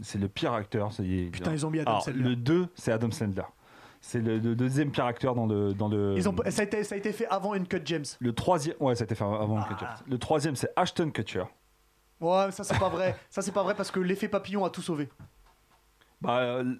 C'est le pire acteur. c'est-
Putain, ils ont mis Adam
Alors,
Sandler.
Le 2, c'est Adam Sandler. C'est le, le deuxième pire acteur dans le. Dans le
Ils ont... ça, a été, ça a été fait avant une cut James.
Le troisième, ouais, ça a été fait avant
Ah.
Kutcher. Le troisième, c'est Ashton Kutcher.
Ouais, ça c'est pas vrai. Ça c'est pas vrai parce que l'effet papillon a tout sauvé.
Bah, euh,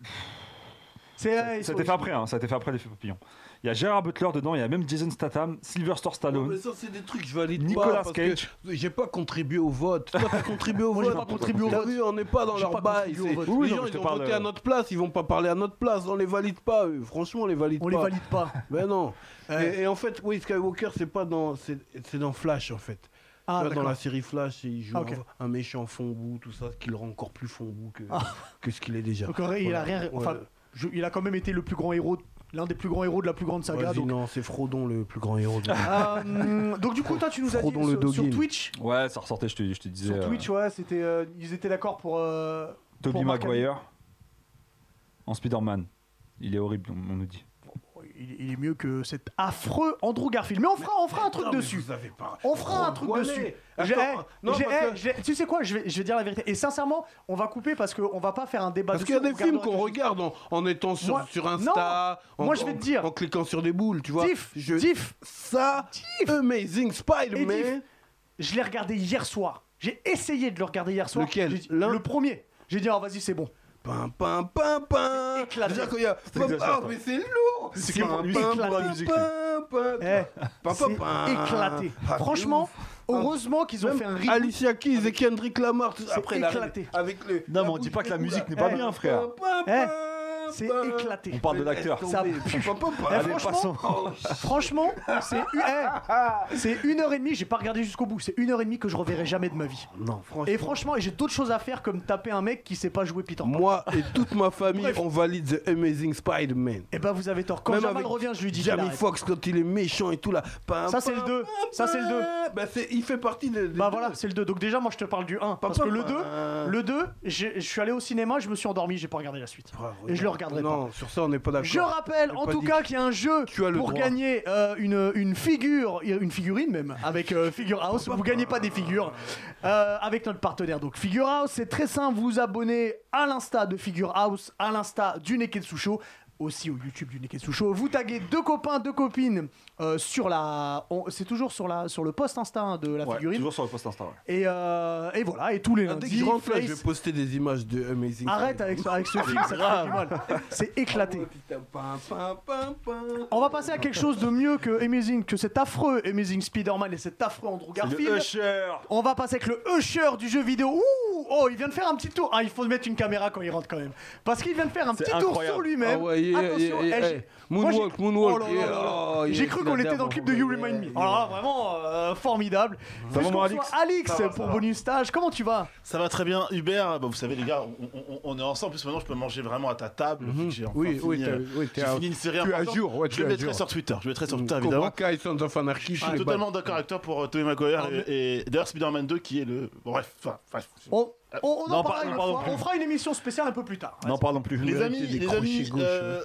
C'est
ça a
ils
été
sont-
fait après, hein, ça a été fait après l'effet papillon. Il y a Gérard Butler dedans, il y a même Jason Statham, Sylvester
Non,
Stallone.
mais ça, c'est des trucs que je valide
Nicolas
pas, parce que
Cage.
J'ai pas contribué au vote. Toi, t'as contribué au
Moi,
vote.
j'ai pas contribué au
T'as
vote.
vu, on n'est pas dans
J'ai pas
leur bail.
contribué au
c'est-
vote.
Oui, oui,
les
non,
gens,
mais je
ils
te
ont
parle,
voté
euh,
à notre place. Ils vont pas parler à notre place. On les valide pas. eux. Franchement, on les valide
On
pas.
les valide pas.
Mais non.
Ouais.
Et, et en fait, oui, Skywalker, c'est pas dans, c'est c'est dans Flash en fait.
Ah,
Tu vois, dans
d'accord.
la série Flash, il joue
Ah, ok.
un, un méchant fond bout, tout ça, ce qui le rend encore plus fond bout que,
Ah.
que ce qu'il est déjà.
Donc, en vrai, il a
Voilà.
rien.
Ouais.
Enfin, je- il a quand même été le plus grand héros, l'un des plus grands héros de la plus grande saga.
Vas-y,
Donc, Ah,
non, c'est Frodon le plus grand héros. De...
Euh, donc du coup, toi, tu nous as dit
Frodon le
sur, sur
Doggin.
Twitch.
Ouais, ça ressortait, je te, je te disais.
Sur
euh,
Twitch, ouais, c'était, euh, ils étaient d'accord pour. euh,
Tobey
pour Mark
Maguire en Spider-Man. Il est horrible, on, on nous dit.
Il, il est mieux que cet affreux Andrew Garfield. Mais on fera, on fera un truc
Putain, mais
dessus.
vous avez pas- eh,
On fera un truc
Voilà.
dessus.
Attends,
J'ai-
non,
j'ai-
parce que-
j'ai- tu sais quoi je vais, je vais dire la vérité. Et sincèrement, on va couper parce qu'on va pas faire un débat.
Parce
dessus,
qu'il y a des
on
films
gardera
qu'on
quelque
regarde en, en étant sur,
Moi-
sur Insta, en,
Moi, je vais
en-
te dire.
en cliquant sur des boules, tu vois.
Diff,
Je-
Diff,
ça, Amazing
Et Diff.
Spider-Man.
je l'ai regardé hier soir. J'ai essayé de le regarder hier soir.
Lequel
J'ai dit-
L'un
Le premier. J'ai dit, oh, vas-y, c'est bon.
Pim, pim, pim, pim.
Éclaté.
C'est-à-dire qu'il y a-
C'est exact,
Ah, mais c'est lourd
C'est
Pim,
comme un
pim,
musique,
pim,
comme un musique.
pim, pim, pim.
Eh,
Pim,
c'est
pim, pim.
éclaté.
Ah,
Franchement, heureusement qu'ils ont
Même
fait un reboot.
Alicia Keys et Kendrick Lamar, tout-
C'est
après la-
éclaté.
avec le.
Non,
la
mais on dit
bouche
pas que la
et tout,
musique
là.
n'est pas
Eh,
bien, frère.
Pim, pim,
Eh,
pim,
C'est
pim.
éclaté.
On parle de l'acteur.
Ça
Pim,
pue.
pim, pim, pim.
Eh,
Allez,
franchement,
passons.
Oh,
Franchement, c'est u- eh, c'est une heure et demie. J'ai pas regardé jusqu'au bout. C'est une heure et demie que je reverrai jamais de ma vie.
Non, franchement.
Et franchement, j'ai d'autres choses à faire comme taper un mec qui sait pas jouer Peter Pan.
Moi et toute ma famille,
Bref.
on valide The Amazing Spider-Man.
Eh ben vous avez tort. Quand
Même
Jamal
avec
revient, je lui dis. qu'il
Jamie
arrête.
Foxx, quand il est méchant et tout là. Pim,
Ça, c'est
pim,
le deux.
pim,
Ça, c'est le deux.
pim. Bah, c'est- il fait partie de.
Bah voilà, c'est le 2. Donc déjà, moi je te parle du 1. Parce que le 2, le 2, je suis allé au cinéma, je me suis endormi, j'ai pas regardé la suite. Et je le regarderai pas.
Ah, Non, sur ça, on n'est pas d'accord.
Je rappelle
J'ai
en
pas
tout
dit
cas
que-
qu'il y a un jeu
Tu as le
pour
droit.
gagner euh, une, une figure, une figurine même, avec euh, Figure House. Vous gagnez pas des figures euh, avec notre partenaire. Donc Figure House, c'est très simple, vous vous abonnez à l'insta de Figure House, à l'insta du Neketsu Show aussi au YouTube du Neketsu Show. Vous taguez deux copains, deux copines euh, sur la... on- C'est toujours sur, la, sur le post Insta hein, de la
Ouais,
figurine.
toujours sur le post Insta. ouais.
Et, euh, et voilà, et tous les
Dès que
lundis.
je rentre là, je Ah, vais
Face-
poster des images de Amazing.
Arrête avec ce, avec ce film, ça te fait du mal. C'est éclaté. On va passer à quelque chose de mieux que Amazing, que cet affreux Amazing Spider-Man et cet affreux Andrew
Le
Garfield.
Usher.
On va passer avec le usher du jeu vidéo. Ouh, oh, il vient de faire un petit tour. Ah, il faut mettre une caméra quand il rentre quand même. Parce qu'il vient de faire un
C'est
petit tour
incroyable.
sur lui-même.
Ah ouais, yeah, yeah,
Attention,
yeah,
eh,
yeah.
j'ai-
Moonwalk,
moi, j'ai-
moonwalk,
Oh là là là là.
yeah.
J'ai
Oh,
cru
yeah,
qu'on était dans le
yeah,
clip de You
yeah,
Remind Me.
yeah.
Alors là, vraiment euh, formidable.
va,
Puisqu'on
mon
reçoit
Alix
Alix
Ça va, ça
pour
va.
bonus stage. Comment tu vas
Ça va très bien. Hubert, bah, vous savez, les gars, on, on- on est ensemble. En plus, maintenant, je peux manger vraiment à ta table. vu que J'ai enfin
Mhm. Oui,
fini,
oui,
euh,
t'as- oui, t'es
j'ai
à-
fini une série
tu es à
importante.
jour, ouais,
Je
tu
le
es à
mettrai
jour.
sur Twitter. Je le mettrai sur Twitter,
Mm. Cobra
évidemment.
Kai, Sons of Anarchy,
Je
je
suis
les bats.
Ah, totalement d'accord avec toi pour euh, Tobey
Ah,
Maguire. Et, et d'ailleurs, Spider-Man 2 qui est le. Bref, enfin, bref.
on, on- on en
Euh, Non,
parlera
par-
une
pardon,
fois.
pardon.
On fera une émission spéciale un peu plus tard.
N'en parlons plus.
Les amis,
des
les
crochets
amis
gauche,
euh,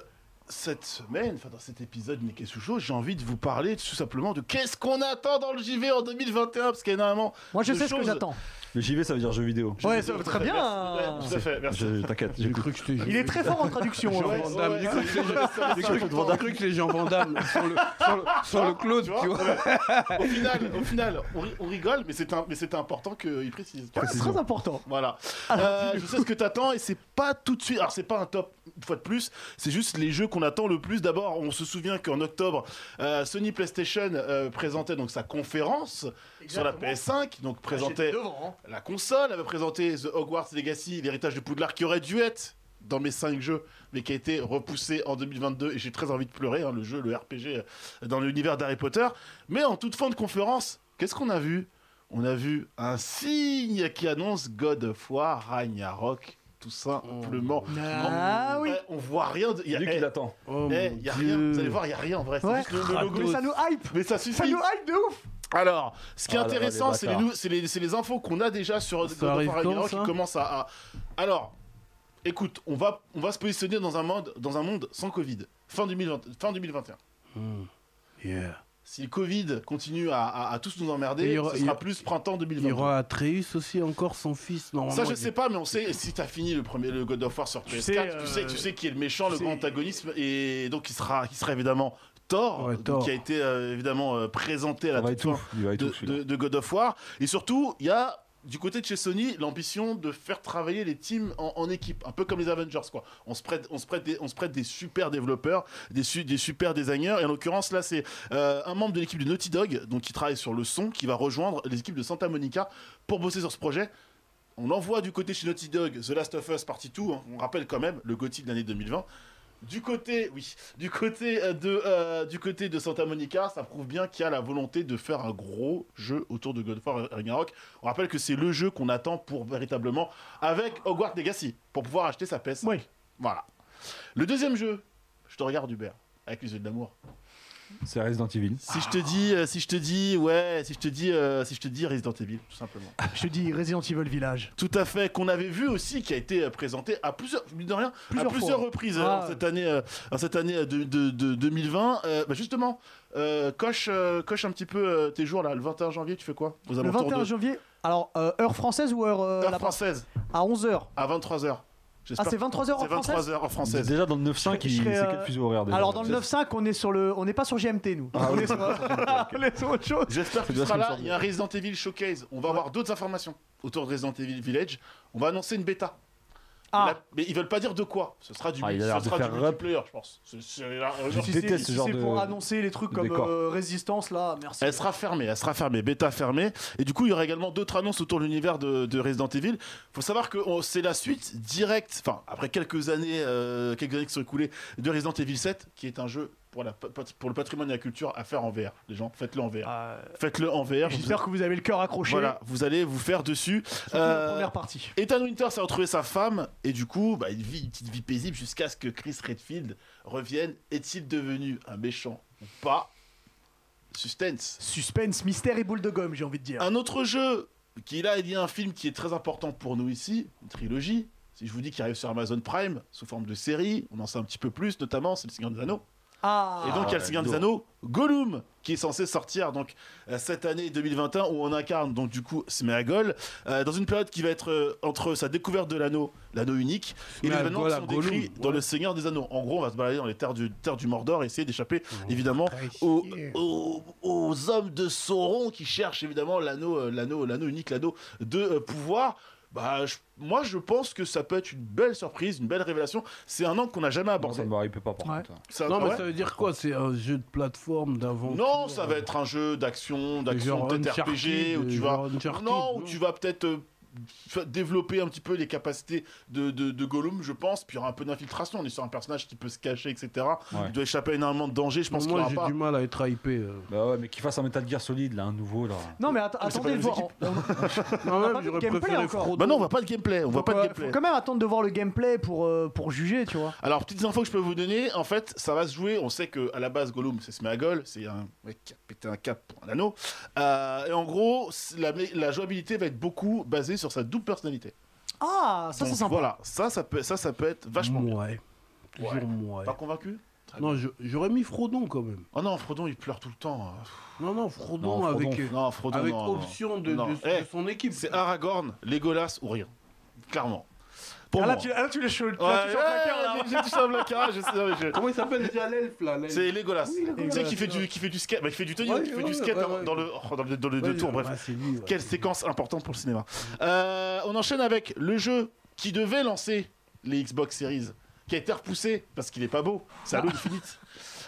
cette semaine, enfin dans cet épisode Nick Soucho, j'ai envie de vous parler tout simplement de qu'est-ce qu'on attend dans le JV en 2021 parce qu'il y a énormément.
Moi, je
de
sais ce que
choses.
j'attends.
Le JV, ça veut dire jeu vidéo.
Ouais, ça va
Tout à
très
fait,
bien.
merci. Ouais, Tout à fait, merci.
Je- T'inquiète,
J'ai
j'écoute.
cru que c'était
Il est très fort en traduction. ouais.
Ouais,
Van Damme.
ouais,
J'ai cru que
ouais,
c'était-
ouais,
J'ai cru que- j'ai cru que les gens Vandamme sur le, sur le, sur le Claude,
Tu vois,
tu vois.
Au final, au final on, ri- on rigole, mais c'est un- mais c'était important qu'il précise.
C'est très important.
Voilà. Euh, je sais ce que t'attends et c'est pas tout de suite. Alors c'est pas un top une fois de plus. C'est juste les jeux qu'on attend le plus. D'abord, on se souvient qu'en octobre, euh, Sony PlayStation euh, présentait donc sa conférence sur la PS5. Donc présentait
Bah, devant. hein.
la console. Elle avait présenté The Hogwarts Legacy, l'héritage de Poudlard qui aurait dû être dans mes 5 jeux, mais qui a été repoussé en 2022 et j'ai très envie de pleurer. hein, le jeu, le RPG euh, dans l'univers d'Harry Potter. Mais en toute fin de conférence, qu'est-ce qu'on a vu on a vu un signe qui annonce God of War Ragnarok, tout simplement.
Ah
On-
oui.
On voit rien. De... Il y a,
Lui qui
eh,
l'attend.
Oh
eh,
mon
il y a
Dieu.
rien. Vous allez voir, il y a rien en vrai. C'est
Ouais. Ah,
juste le,
Ah,
le logo.
Mais ça nous hype.
Mais ça
Ça
suffit.
nous hype de ouf.
Alors, ce qui est
Ah là là,
intéressant,
les
c'est les,
bâtards.
nou- c'est les- c'est les infos qu'on a déjà sur God of War
arrive quand,
Ragnarok
ça
qui commencent à, à- Alors, écoute, on va, on va se positionner dans un monde, dans un monde sans Covid, fin, 2020 fin 2021.
Hmm. Yeah.
Si le Covid continue à, à- à tous nous
Et il
emmerder,
y aura-
ce
il y
sera
aura-
plus printemps
Il
2022.
y aura Atreus aussi encore, son fils, normalement.
Ça, je
il-
sais pas, mais on sait si t'as fini le premier le God of War sur PS4,
Tu
tu
sais,
sais,
euh,
tu sais, qui est le méchant,
tu
le
sais-
grand antagoniste, et donc il sera, il sera évidemment Thor,
Ouais,
donc,
Thor.
qui a été euh, évidemment euh, présenté à la
Il va
toute fin
étouffer. Il va
de,
étouffer.
de- de God of War. Et surtout, il y a du côté de chez Sony l'ambition de faire travailler les teams en, en équipe, un peu comme les Avengers quoi. On se prête, on se prête, des, on se prête des super développeurs, des, su- des super designers. Et en l'occurrence là, c'est euh, un membre de l'équipe de Naughty Dog, donc qui travaille sur le son, qui va rejoindre l'équipe de Santa Monica pour bosser sur ce projet. On envoie du côté chez Naughty Dog The Last of Us Partie 2, hein. on rappelle quand même le GOTY de l'année 2020. Du côté, oui, du côté euh, de, euh, du côté de Santa Monica, ça prouve bien qu'il y a la volonté de faire un gros jeu autour de God of War Ragnarok. On rappelle que c'est le jeu qu'on attend pour véritablement avec Hogwarts Legacy pour pouvoir acheter sa PS.
Oui.
Voilà. Le deuxième jeu, je te regarde Hubert avec les yeux de l'amour.
C'est Resident Evil.
Si je te dis, euh, si je te dis, ouais, si je te dis, euh, si je te dis Resident Evil, tout simplement.
Je te dis Resident Evil Village.
Tout à fait, qu'on avait vu aussi, qui a été euh, présenté à plusieurs, mine de rien,
Plusieurs
à plusieurs
fois.
reprises euh,
Ah.
en cette année, euh, en cette année euh, de, de- de- 2020. Euh, bah, justement, euh, coche, euh, coche un petit peu euh, tes jours là. Le 21 janvier, tu fais quoi Aux
Le
alentours
21
de
janvier. Alors, euh, heure française ou heure, euh,
heure
la-
française
à 11h
à 23h.
Ah, c'est 23h en
c'est
française
23h en
C'est
française.
déjà dans le 9.5,
Je
il- c'est
serais, euh,
quel fuseau horaire déjà
Alors, dans le
C'est-
9.5, on est sur le. On n'est pas sur GMT, nous.
Ah
on, est sur... on est sur autre chose.
J'espère que
C'est
tu
déjà ce qui me
seras là.
semble.
Il y a un Resident Evil Showcase. On va avoir d'autres informations. autour de Resident Evil Village, on va annoncer une bêta.
Ah,
La- mais ils veulent pas dire de quoi. Ce sera du,
Ah, il a
ce
l'air de
sera du
faire rep.
multiplayer, je pense. C'est- c'est la- genre,
si
déteste
c'est-
ce
si
genre
c'est
de-
pour annoncer les trucs
de
comme
décor.
euh, résistance, là, merci.
Elle sera fermée, elle sera fermée, bêta fermée. Et du coup, il y aura également d'autres annonces autour de l'univers de, de Resident Evil. faut savoir que on- c'est la suite directe, enfin, après quelques années, euh, quelques années qui sont écoulées, de Resident Evil 7, qui est un jeu pour, la, pat- pour le patrimoine et la culture à faire en VR. Les gens, faites-le en VR.
Euh,
Faites-le en VR. Vous-
J'espère que vous avez le cœur accroché.
Voilà, vous allez vous faire dessus.
Surtout
Euh,
la première partie.
Ethan Winters a retrouvé sa femme et du coup, bah, il vit une petite vie paisible jusqu'à ce que Chris Redfield revienne. Est-il devenu un méchant ou pas Suspense.
Suspense, mystère et boule de gomme, j'ai envie de dire.
Un autre jeu qui là, il y a un film qui est très important pour nous ici, une trilogie. Si je vous dis qu'il arrive sur Amazon Prime sous forme de série, on en sait un petit peu plus, notamment c'est le Seigneur des Anneaux.
Ah,
Et donc il y a le
ouais,
Seigneur des
lourd.
Anneaux, Gollum, qui est censé sortir donc euh, cette année 2021 où on incarne donc du coup Sméagol euh, dans une période qui va être euh, entre sa découverte de l'anneau, l'anneau unique, et les
Sméagol
événements qui
à
sont décrits
Gollum,
dans
ouais.
le Seigneur des Anneaux. En gros, on va se balader dans les terres du, terres du Mordor et essayer d'échapper
Oh,
évidemment aux, aux- aux hommes de Sauron qui cherchent évidemment l'anneau, euh, l'anneau, l'anneau unique, l'anneau de euh, pouvoir. Bah, je- moi, je pense que ça peut être une belle surprise, une belle révélation. C'est un an qu'on n'a jamais
Bon, ça
abordé.
me hype pas, par
Ouais.
contre.
C'est un-
Non,
ouais.
mais ça veut dire quoi C'est un jeu de plateforme euh, d'avant
Non, ça va être un jeu d'action, d'action peut-être RPG où tu vas non, où tu vas peut-être euh, fa- développer un petit peu les capacités de, de, de Gollum, je pense. Puis il y aura un peu d'infiltration. On est sur un personnage qui peut se cacher, etc.
Ouais.
Il doit échapper à énormément de dangers. Je pense qu'il
Moi,
aura
j'ai
pas.
du mal à être hypé. euh.
Bah ouais, mais qu'il fasse un Metal Gear solide, là, un nouveau, là.
Non mais att-
mais c'est
attendez
pas
de
les
voir.
équipes.
On- on-
Non,
pas
même,
de
j'aurais
gameplay
préféré
encore.
Frodo.
Bah non, on voit pas de gameplay. On voit pas de
euh,
gameplay.
faut quand même attendre de voir le gameplay pour, euh, pour juger, tu vois.
Alors, petites infos que je peux vous donner, en fait, ça va se jouer. On sait que à la base, Gollum, c'est Smeagol, c'est un mec qui a pété un cap pour un anneau. Euh, et en gros, c'est- la, mé- la jouabilité va être beaucoup basée sur sa double personnalité.
Ah, ça c'est
Donc,
sympa.
Voilà, ça, ça peut, ça, ça peut être vachement bien.
Ouais. Toujours
Ouais.
ouais.
Pas convaincu
Non, je- j'aurais mis Frodon quand même.
Oh non, Frodon, il pleure tout le temps. hein.
Non, non, Frodon,
Non, Frodon.
avec, euh,
Non, Frodon,
avec
non, non.
option de,
Non.
de- de
Eh,
son équipe.
C'est Aragorn, Legolas ou rien. Clairement. Pour
Ah, là,
moi.
tu, ah, là, tu l'as chaud.
Ouais,
là, tu sens le
ouais,
placard, là.
j'ai- j'ai touché un placard, je sais, non, mais je-
Comment il s'appelle déjà l'elfe là l'elfe
C'est Legolas.
Oui, Legolas.
Tu sais, qui fait du, qui fait du skate, bah, qui fait du Tony Hawk,
Ouais,
qui fait du
ouais,
skate
ouais,
dans-
ouais.
dans le, oh, dans le- dans les deux
Ouais,
tours,
ouais,
bref.
c'est lui, ouais.
Quelle séquence importante pour le cinéma. Euh, on enchaîne avec le jeu qui devait lancer les Xbox Series, qui a été repoussé parce qu'il est pas beau. C'est Halo Infinite.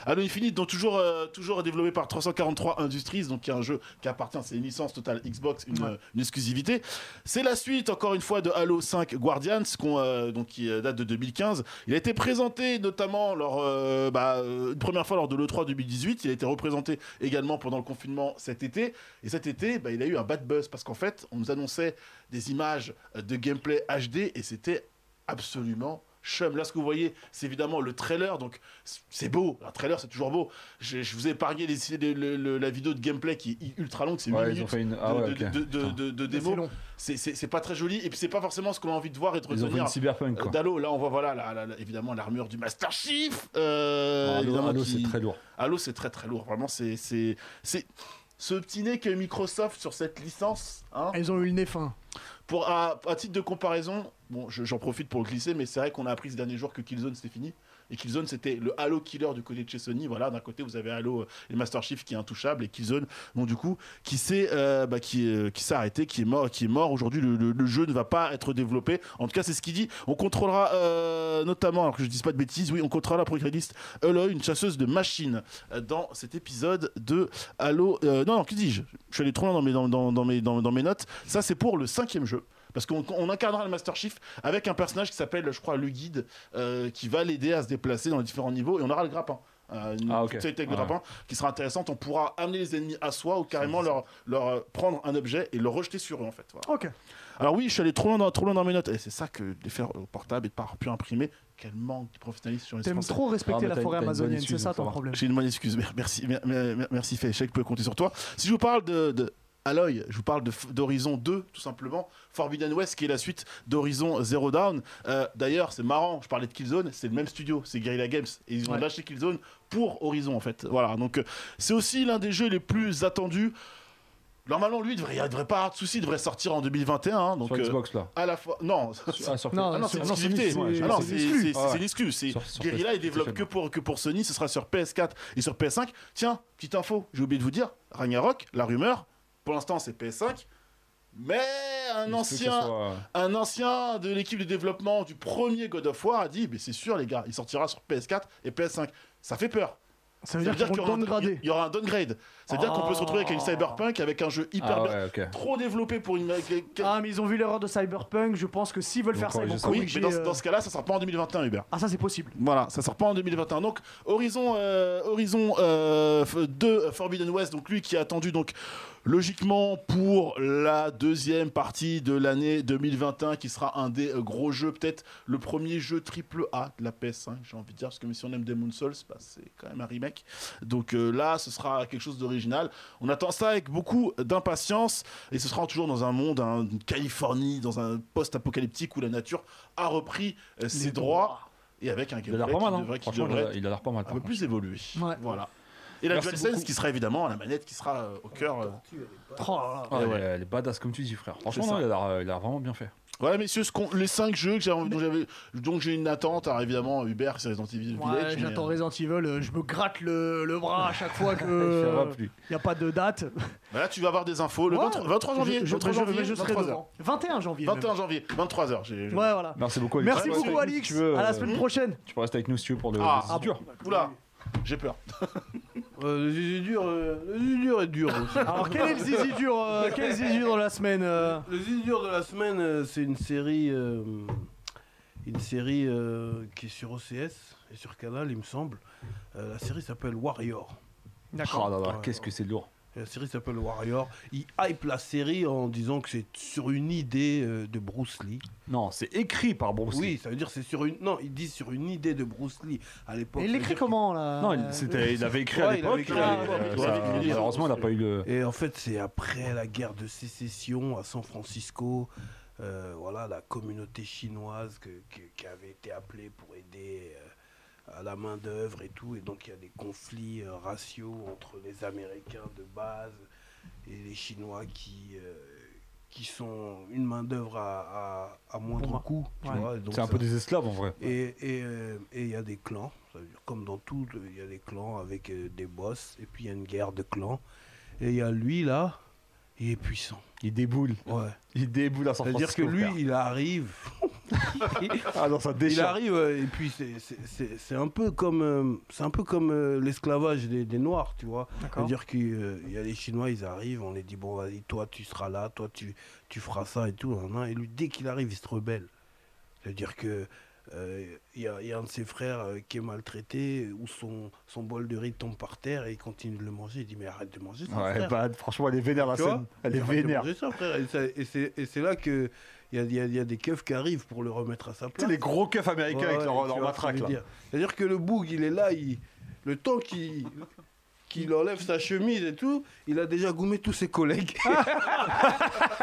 Halo Infinite, donc toujours, euh, toujours développé par 343 Industries, donc qui est un jeu qui appartient, c'est une licence totale Xbox, une,
Ouais.
euh, une exclusivité. C'est la suite, encore une fois, de Halo 5 Guardians, qu'on, euh, donc, qui euh, date de 2015. Il a été présenté notamment lors, euh, bah, euh, une première fois lors de l'E3 2018. Il a été représenté également pendant le confinement cet été. Et cet été, bah, il a eu un bad buzz parce qu'en fait, on nous annonçait des images euh, de gameplay HD et c'était absolument chum. Là, ce que vous voyez, c'est évidemment le trailer. Donc, c- c'est beau. Un trailer, c'est toujours beau. Je, je vous ai épargné les- le- le- le- la vidéo de gameplay qui est ultra longue. C'est 8
Ouais, ils ont
minutes
fait une.
de,
Ah ouais,
de-
ok.
de- de-
Putain.
de- de
C'est
démo.
long.
C'est- C'est c'est pas très joli. Et puis, c'est pas forcément ce qu'on a envie de voir et de
Ils ont fait
retenir.
une cyberpunk,
Euh,
quoi.
D'Halo, là on voit voilà la- la- la- évidemment l'armure du Master Chief. Euh,
Ah, Halo,
évidemment,
Halo,
qui-
c'est très lourd.
Halo, c'est très très lourd. Vraiment, c'est c'est c'est ce petit nez que Microsoft sur cette licence. hein.
Ils ont eu le nez fin.
Pour à, à titre de comparaison, bon, je- j'en profite pour le glisser, mais c'est vrai qu'on a appris ce dernier jour que Killzone c'était fini. Et Killzone, c'était le Halo Killer du côté de chez Sony. Voilà, d'un côté, vous avez Halo euh, et Master Chief qui est intouchable, et Killzone, bon, du coup, qui s'est euh, bah, qui, euh, qui s'est arrêté, qui est mort, qui est mort. Aujourd'hui, le, le- le jeu ne va pas être développé. En tout cas, c'est ce qu'il dit. On contrôlera euh, notamment, alors que je dis pas de bêtises, oui, on contrôlera la progréliste Eloy, une chasseuse de machines, euh, dans cet épisode de Halo. euh, non, non, que dis-je Je suis allé trop loin dans mes, dans, dans- dans mes, dans- dans mes notes. Ça, c'est pour le cinquième jeu. Parce qu'on on incarnera le Master Chief avec un personnage qui s'appelle, je crois, le guide, euh, qui va l'aider à se déplacer dans les différents niveaux. Et on aura le grappin. Euh, une
Ah, ok.
petite technique de
Ouais.
grappin qui sera intéressante. On pourra amener les ennemis à soi ou carrément leur, leur euh, prendre un objet et le rejeter sur eux, en fait. Voilà.
Ok.
Alors oui, je suis allé trop loin dans, trop loin dans mes notes. Et c'est ça que de les faire au portable et de pas plus imprimer. Quel manque de professionnalisme sur les
T'aimes
Français.
trop respecter
Ah, mais
la
t'as-
forêt
t'as une bonne
amazonienne, c'est
excuse,
ça
faut
ton
voir.
problème.
J'ai une bonne excuse. Mer- Merci, mer- mer- mer- merci Faye. Je sais que je peux compter sur toi. Si je vous parle de, de Aloy, je vous parle de F- d'Horizon 2, tout simplement. Forbidden West, qui est la suite d'Horizon Zero Down. Euh, D'ailleurs, c'est marrant, je parlais de Killzone, c'est le même studio, c'est Guerrilla Games. Et ils ont
Ouais.
lâché Killzone pour Horizon, en fait. Voilà, donc euh, c'est aussi l'un des jeux les plus attendus. Normalement, lui, il devrait, il devrait pas avoir de soucis, il devrait sortir en 2021. hein, donc,
Sur
euh,
Xbox, là.
à la fois. Non,
Ah, sur
Non,
ah non, c'est
sur-
une
non, c'est une
exclusivité.
exclu,
ouais,
Ah non,
c'est
c'est
une
c'est-
exclu.
Ah ouais.
c'est une excuse. C'est-
Sur- sur
Guerrilla,
PS4,
il développe que
officiellement.
pour, que pour Sony, ce sera sur PS4 et sur PS5. Tiens, petite info, j'ai oublié de vous dire, Ragnarok, la rumeur, pour l'instant c'est PS5. Mais
Il se peut
un
que ça
ancien,
soit-
un ancien de l'équipe de développement du premier God of War a dit mais c'est sûr les gars, il sortira sur PS4 et PS5. Ça fait peur.
Ça veut dire qu'ils
qu'il y
vont
aura un-
downgrader.
il y aura un downgrade. C'est-à-dire qu'on peut se retrouver avec une
Ah.
Cyberpunk avec un jeu hyper
Ah
bien-
ouais, ok.
trop développé pour une.
Ah, mais ils ont vu l'erreur de Cyberpunk. Je pense que s'ils veulent
Ils
faire
vont
ça, ils vont
corriger ça.
oui,
corriger.
mais dans, ce-
euh,
dans ce cas-là, ça sort pas en 2021, Hubert.
Ah, ça, c'est possible.
Voilà, ça sort pas en 2021. Donc Horizon, euh, Horizon euh, f- 2 euh, Forbidden West, donc lui qui est attendu donc logiquement pour la deuxième partie de l'année 2021, qui sera un des euh, gros jeux, peut-être le premier jeu triple A de la PS5, j'ai envie de dire, parce que même si on aime Demon's Souls, bah, c'est quand même un remake. Donc euh, là, ce sera quelque chose d'original. On attend ça avec beaucoup d'impatience, et ce sera toujours dans un monde, hein, une Californie, dans un post-apocalyptique où la nature a repris euh, ses droits. Et avec un
Il a
gameplay
l'air
qui
pas mal, hein.
devrait, qui
Franchement, il
devrait
a- il a l'air pas mal.
un
par
peu
contre.
plus évolué.
Ouais.
Voilà. Et la
Merci
DualSense
beaucoup.
qui sera évidemment la manette qui sera euh, au cœur. euh.
Oh là là.
Ah,
Ouais,
ouais,
ouais.
Elle est badass comme tu dis, frère. Franchement,
C'est
non,
ça.
il a l'air, euh, il a l'air vraiment bien fait.
Voilà, messieurs, ce qu'on- les 5 jeux que j'avais- dont j'avais- dont j'ai une attente. Alors évidemment, Hubert, c'est Resident Evil
Ouais,
Village. mais,
J'attends
euh,
Resident Evil, euh, je me gratte le, le bras à chaque fois
Ça va
que
plus.
il n'y a pas de date.
bah là, tu vas avoir des infos le
Ouais.
23, 23 janvier.
Je, je,
23
je-
janvier,
je serai
23 heures.
devant. 21 janvier. même.
21 janvier, 23h. J'ai...
Ouais, voilà.
Merci beaucoup, Alex.
Merci
Ouais,
beaucoup,
ouais, Bah, si
Alix.
tu veux,
à la
euh,
semaine prochaine.
Tu peux rester avec nous si tu veux pour le.
Ah,
le- c'est
ah
dur.
Oula, j'ai peur.
Euh, le zizi dur, euh, le zizi dur est dur aussi.
Alors, quel est le zizi dur, euh, quel est le zizi dur de la semaine euh
Le zizi dur de la semaine, euh, c'est une série, euh, une série euh, qui est sur OCS et sur Canal, il me semble. Euh, la série s'appelle Warrior.
Ah là là, qu'est-ce que c'est lourd.
La série s'appelle Warrior. Il hype la série en disant que c'est sur une idée euh, de Bruce Lee.
Non, c'est écrit par Bruce
Oui,
Lee.
ça veut dire c'est sur une. Non, ils disent sur une idée de Bruce Lee à l'époque.
Et il
ça veut
l'écrit
dire
comment là
Non,
Euh,
il, c'était- il avait écrit à
Ah, Ouais, il avait
l'époque.
écrit à
et,
l'époque.
euh,
Il doit
ça-
avoir écrit les
Malheureusement, il n'a pas eu le.
que- hein. Et en fait, c'est après la guerre de sécession à San Francisco. euh, voilà, la communauté chinoise que- que- qui avait été appelée pour aider euh, à la main-d'œuvre et tout. Et donc, il y a des conflits euh, raciaux entre les Américains de base et les Chinois qui. euh, qui sont une main-d'œuvre à, à, à moindre
Pour-
coût. tu
ouais.
vois, et donc
C'est un
ça-
peu des esclaves en vrai.
Et et, euh, et il y a des clans, ça veut dire, comme dans tout, euh, il y a des clans avec euh, des boss, et puis il y a une guerre de clans. Et il y a lui là, il est puissant.
Il déboule.
Ouais.
Il déboule à San
C'est-à-dire que
Francisco.
lui,
frère.
il arrive,
Ah non, ça
il
déchire.
arrive, euh, et puis c'est- c'est- c'est c'est un peu comme, euh, c'est un peu comme euh, l'esclavage des, des noirs, tu vois.
D'accord.
C'est-à-dire qu'il y a les Chinois, ils arrivent, on les dit bon vas-y, toi tu seras là, toi tu, tu feras ça et tout. nan, nan. Et lui, dès qu'il arrive, il se rebelle. C'est-à-dire que euh, il y, a- il y a un de ses frères euh, qui est maltraité, où son, son bol de riz tombe par terre et il continue de le manger. Il dit mais arrête de manger ça,
Ouais,
frère.
bah, franchement, elle est vénère la
Tu vois
scène. Elle est
Arrête de
vénère.
manger ça, frère. Et, ça- et c'est- et c'est là que il y a, il y a- il y a des keufs qui arrivent pour le remettre à sa
Tu sais,
place.
les gros keufs américains
Ouais,
avec
ouais,
leur, leur
tu vois ce que je
matraque
veux
là.
dire. C'est-à-dire que le bouc, il est là, il... le temps qu'il qu'il enlève sa chemise et tout, il a déjà goumé tous ses collègues.
Ah.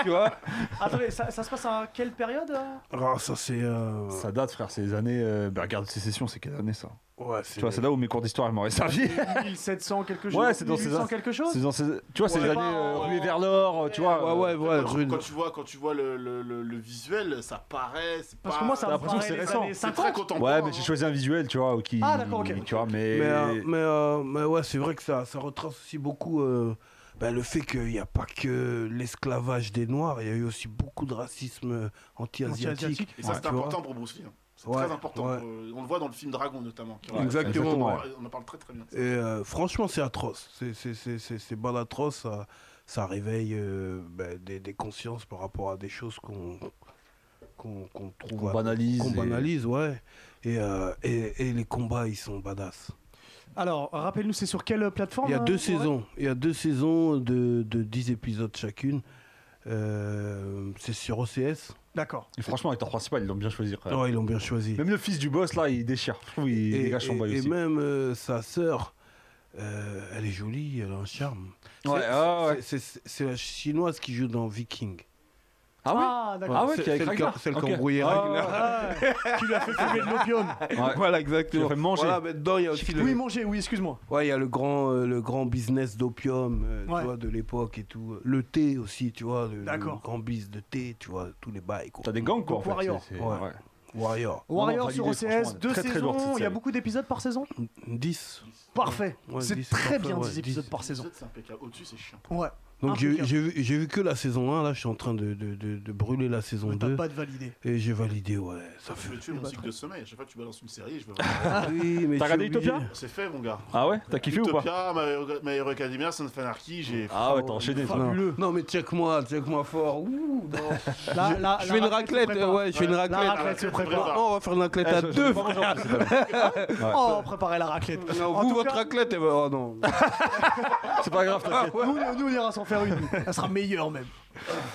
tu vois
Attendez, ça, ça se passe à quelle période euh
Ah, ça c'est. euh,
Ça date, frère, c'est les années. euh, bah, regarde, sécession, c'est quelle année ça
Ouais, c'est.
Tu vois, c'est là où mes cours d'histoire elles m'auraient servi.
1700 quelque chose
Ouais, c'est dans ces
1800
ans.
quelque
C'est
chose
dans ces- Tu vois, c'est
Ouais,
les
pas
années euh,
en-
ruées vers l'or, euh, tu vois.
Ouais, ouais, ouais,
quand,
rude.
quand tu vois, quand tu vois le, le- le- le visuel, ça paraît. c'est
Parce
pas-
que moi, ça
T'as
me
l'impression que
paraît
c'est
les
récent.
années
c'est
50.
très contemporain.
Ouais, mais j'ai
hein.
choisi un visuel, tu vois, qui.
Ah, d'accord, ok.
Tu vois, mais.
Mais, euh, mais, euh, mais ouais, c'est vrai que ça, ça retrace aussi beaucoup euh, ben, le fait qu'il n'y a pas que l'esclavage des Noirs, il y a eu aussi beaucoup de racisme euh, anti-asiatique.
Anti-asiatique.
Et ça,
Ouais,
c'est
tu vois.
important pour Bruce Lee. hein. C'est
Ouais,
très important.
ouais.
Euh, on le voit dans le film Dragon notamment. qui-
Ouais,
Exactement,
on, en
ouais.
parle- on en parle très très bien.
Et euh, franchement, c'est atroce. C'est- c'est- C'est c'est- c'est bad atroce. Ça, ça réveille euh, ben, des, des consciences par rapport à des choses qu'on qu'on qu'on trouve.
Qu'on
à-
banalise.
qu'on
et-
banalise, ouais. Et, euh, et, et les combats, ils sont badass.
Alors, rappelle-nous, c'est sur quelle plateforme
Il y a
euh,
deux
Aurel
saisons. Il y a deux saisons de, de 10 épisodes chacune. Euh, c'est sur OCS.
D'accord.
Et franchement, l'acteur principal, ils l'ont bien choisi. frère.
Ouais, ils l'ont bien choisi.
Même le fils du boss, là, il déchire. Je trouve il
et,
dégage son
et-
bail
et
aussi.
même euh, sa sœur, euh, elle est jolie, elle a un charme.
Ouais,
C'est-
ah ouais.
c'est- c'est- C'est la chinoise qui joue dans Viking.
Ah ouais
d'accord.
Ah ouais,
C'est-
qui est avec
celle qui a-
Ragnar.
celle qui a
Ok.
embrouillé
Ah,
Ragnar.
Ah, ouais. tu lui as fait fumer de l'opium.
Ouais.
Voilà,
Tu
exactement.
l'as fait manger.
Voilà, mais dedans, il y a aussi le,
Oui, manger, oui, excuse-moi.
ouais, il y a le, grand, euh, le grand business d'opium euh, tu
Ouais.
vois, de l'époque et tout. Le thé aussi, tu vois, le, le
D'accord.
grand business de thé, tu vois, tous les bails. Quoi.
T'as des gangs, quoi.
Donc,
en fait.
Warrior.
C'est- c'est-
Ouais.
ouais.
Warrior.
Warrior
validé,
sur
franchement,
OCS, deux
très, très lourde, cette
saisons. Il y a
série.
beaucoup d'épisodes par saison
10.
Parfait.
Ouais,
c'est
dix,
très
parfait,
bien,
ouais,
10
dix.
épisodes par saison.
C'est impeccable. Au-dessus, c'est chiant.
Ouais.
Ah,
Donc j'ai
Impeccable.
j'ai vu, j'ai vu que la saison 1, là je suis en train de, de- de- de brûler la saison
Mais
2.
T'as pas de validé.
Et j'ai validé, ouais. Ça
Je
fait...
vais tuer mon
pas
cycle de sommeil. À chaque fois que tu balances une série, je vais.
Ah. T'as
Oui, mais je suis
regardé Utopia
obligé.
C'est fait, mon gars.
Ah ouais T'as kiffé ou pas
Utopia, My Hero- My Hero Academia, Son of Anarchy, j'ai.
Ah ouais, t'as enchaîné. toi.
Fabuleux.
Non. non, mais check-moi, check-moi fort. Ouh, non.
Là, là,
je
Ah, la
fais une
raclette se
raclette,
prépare.
euh, ouais, je fais une
La
raclette.
raclette se prépare.
prépare.
Maintenant, on va faire une raclette
Eh,
à
je- je
deux.
l'ai pas mangé en plus, c'est dingue.
Oh, préparer la raclette.
Non,
En
vous,
tout
votre
cas-
raclette, elle va- oh non.
C'est pas grave, t'inquiète.
Nous, on- nous, on ira s'en faire une. Ça sera meilleur même.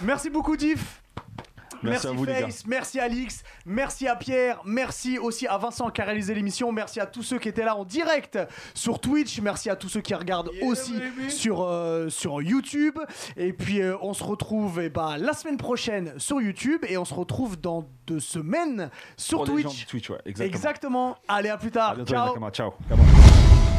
Merci beaucoup, Diff.
Merci à vous, les gars.
Face, merci Alix, merci à Pierre, merci aussi à Vincent qui a réalisé l'émission, merci à tous ceux qui étaient là en direct sur Twitch, merci à tous ceux qui regardent aussi sur, euh, sur YouTube. Et puis euh, on se retrouve eh ben, la semaine prochaine sur YouTube et on se retrouve dans deux semaines sur
Pour les gens
Twitch.
de Twitch, ouais, exactement.
Exactement. Allez, à plus tard.
À bientôt, les
Ciao.
Nakama. Ciao.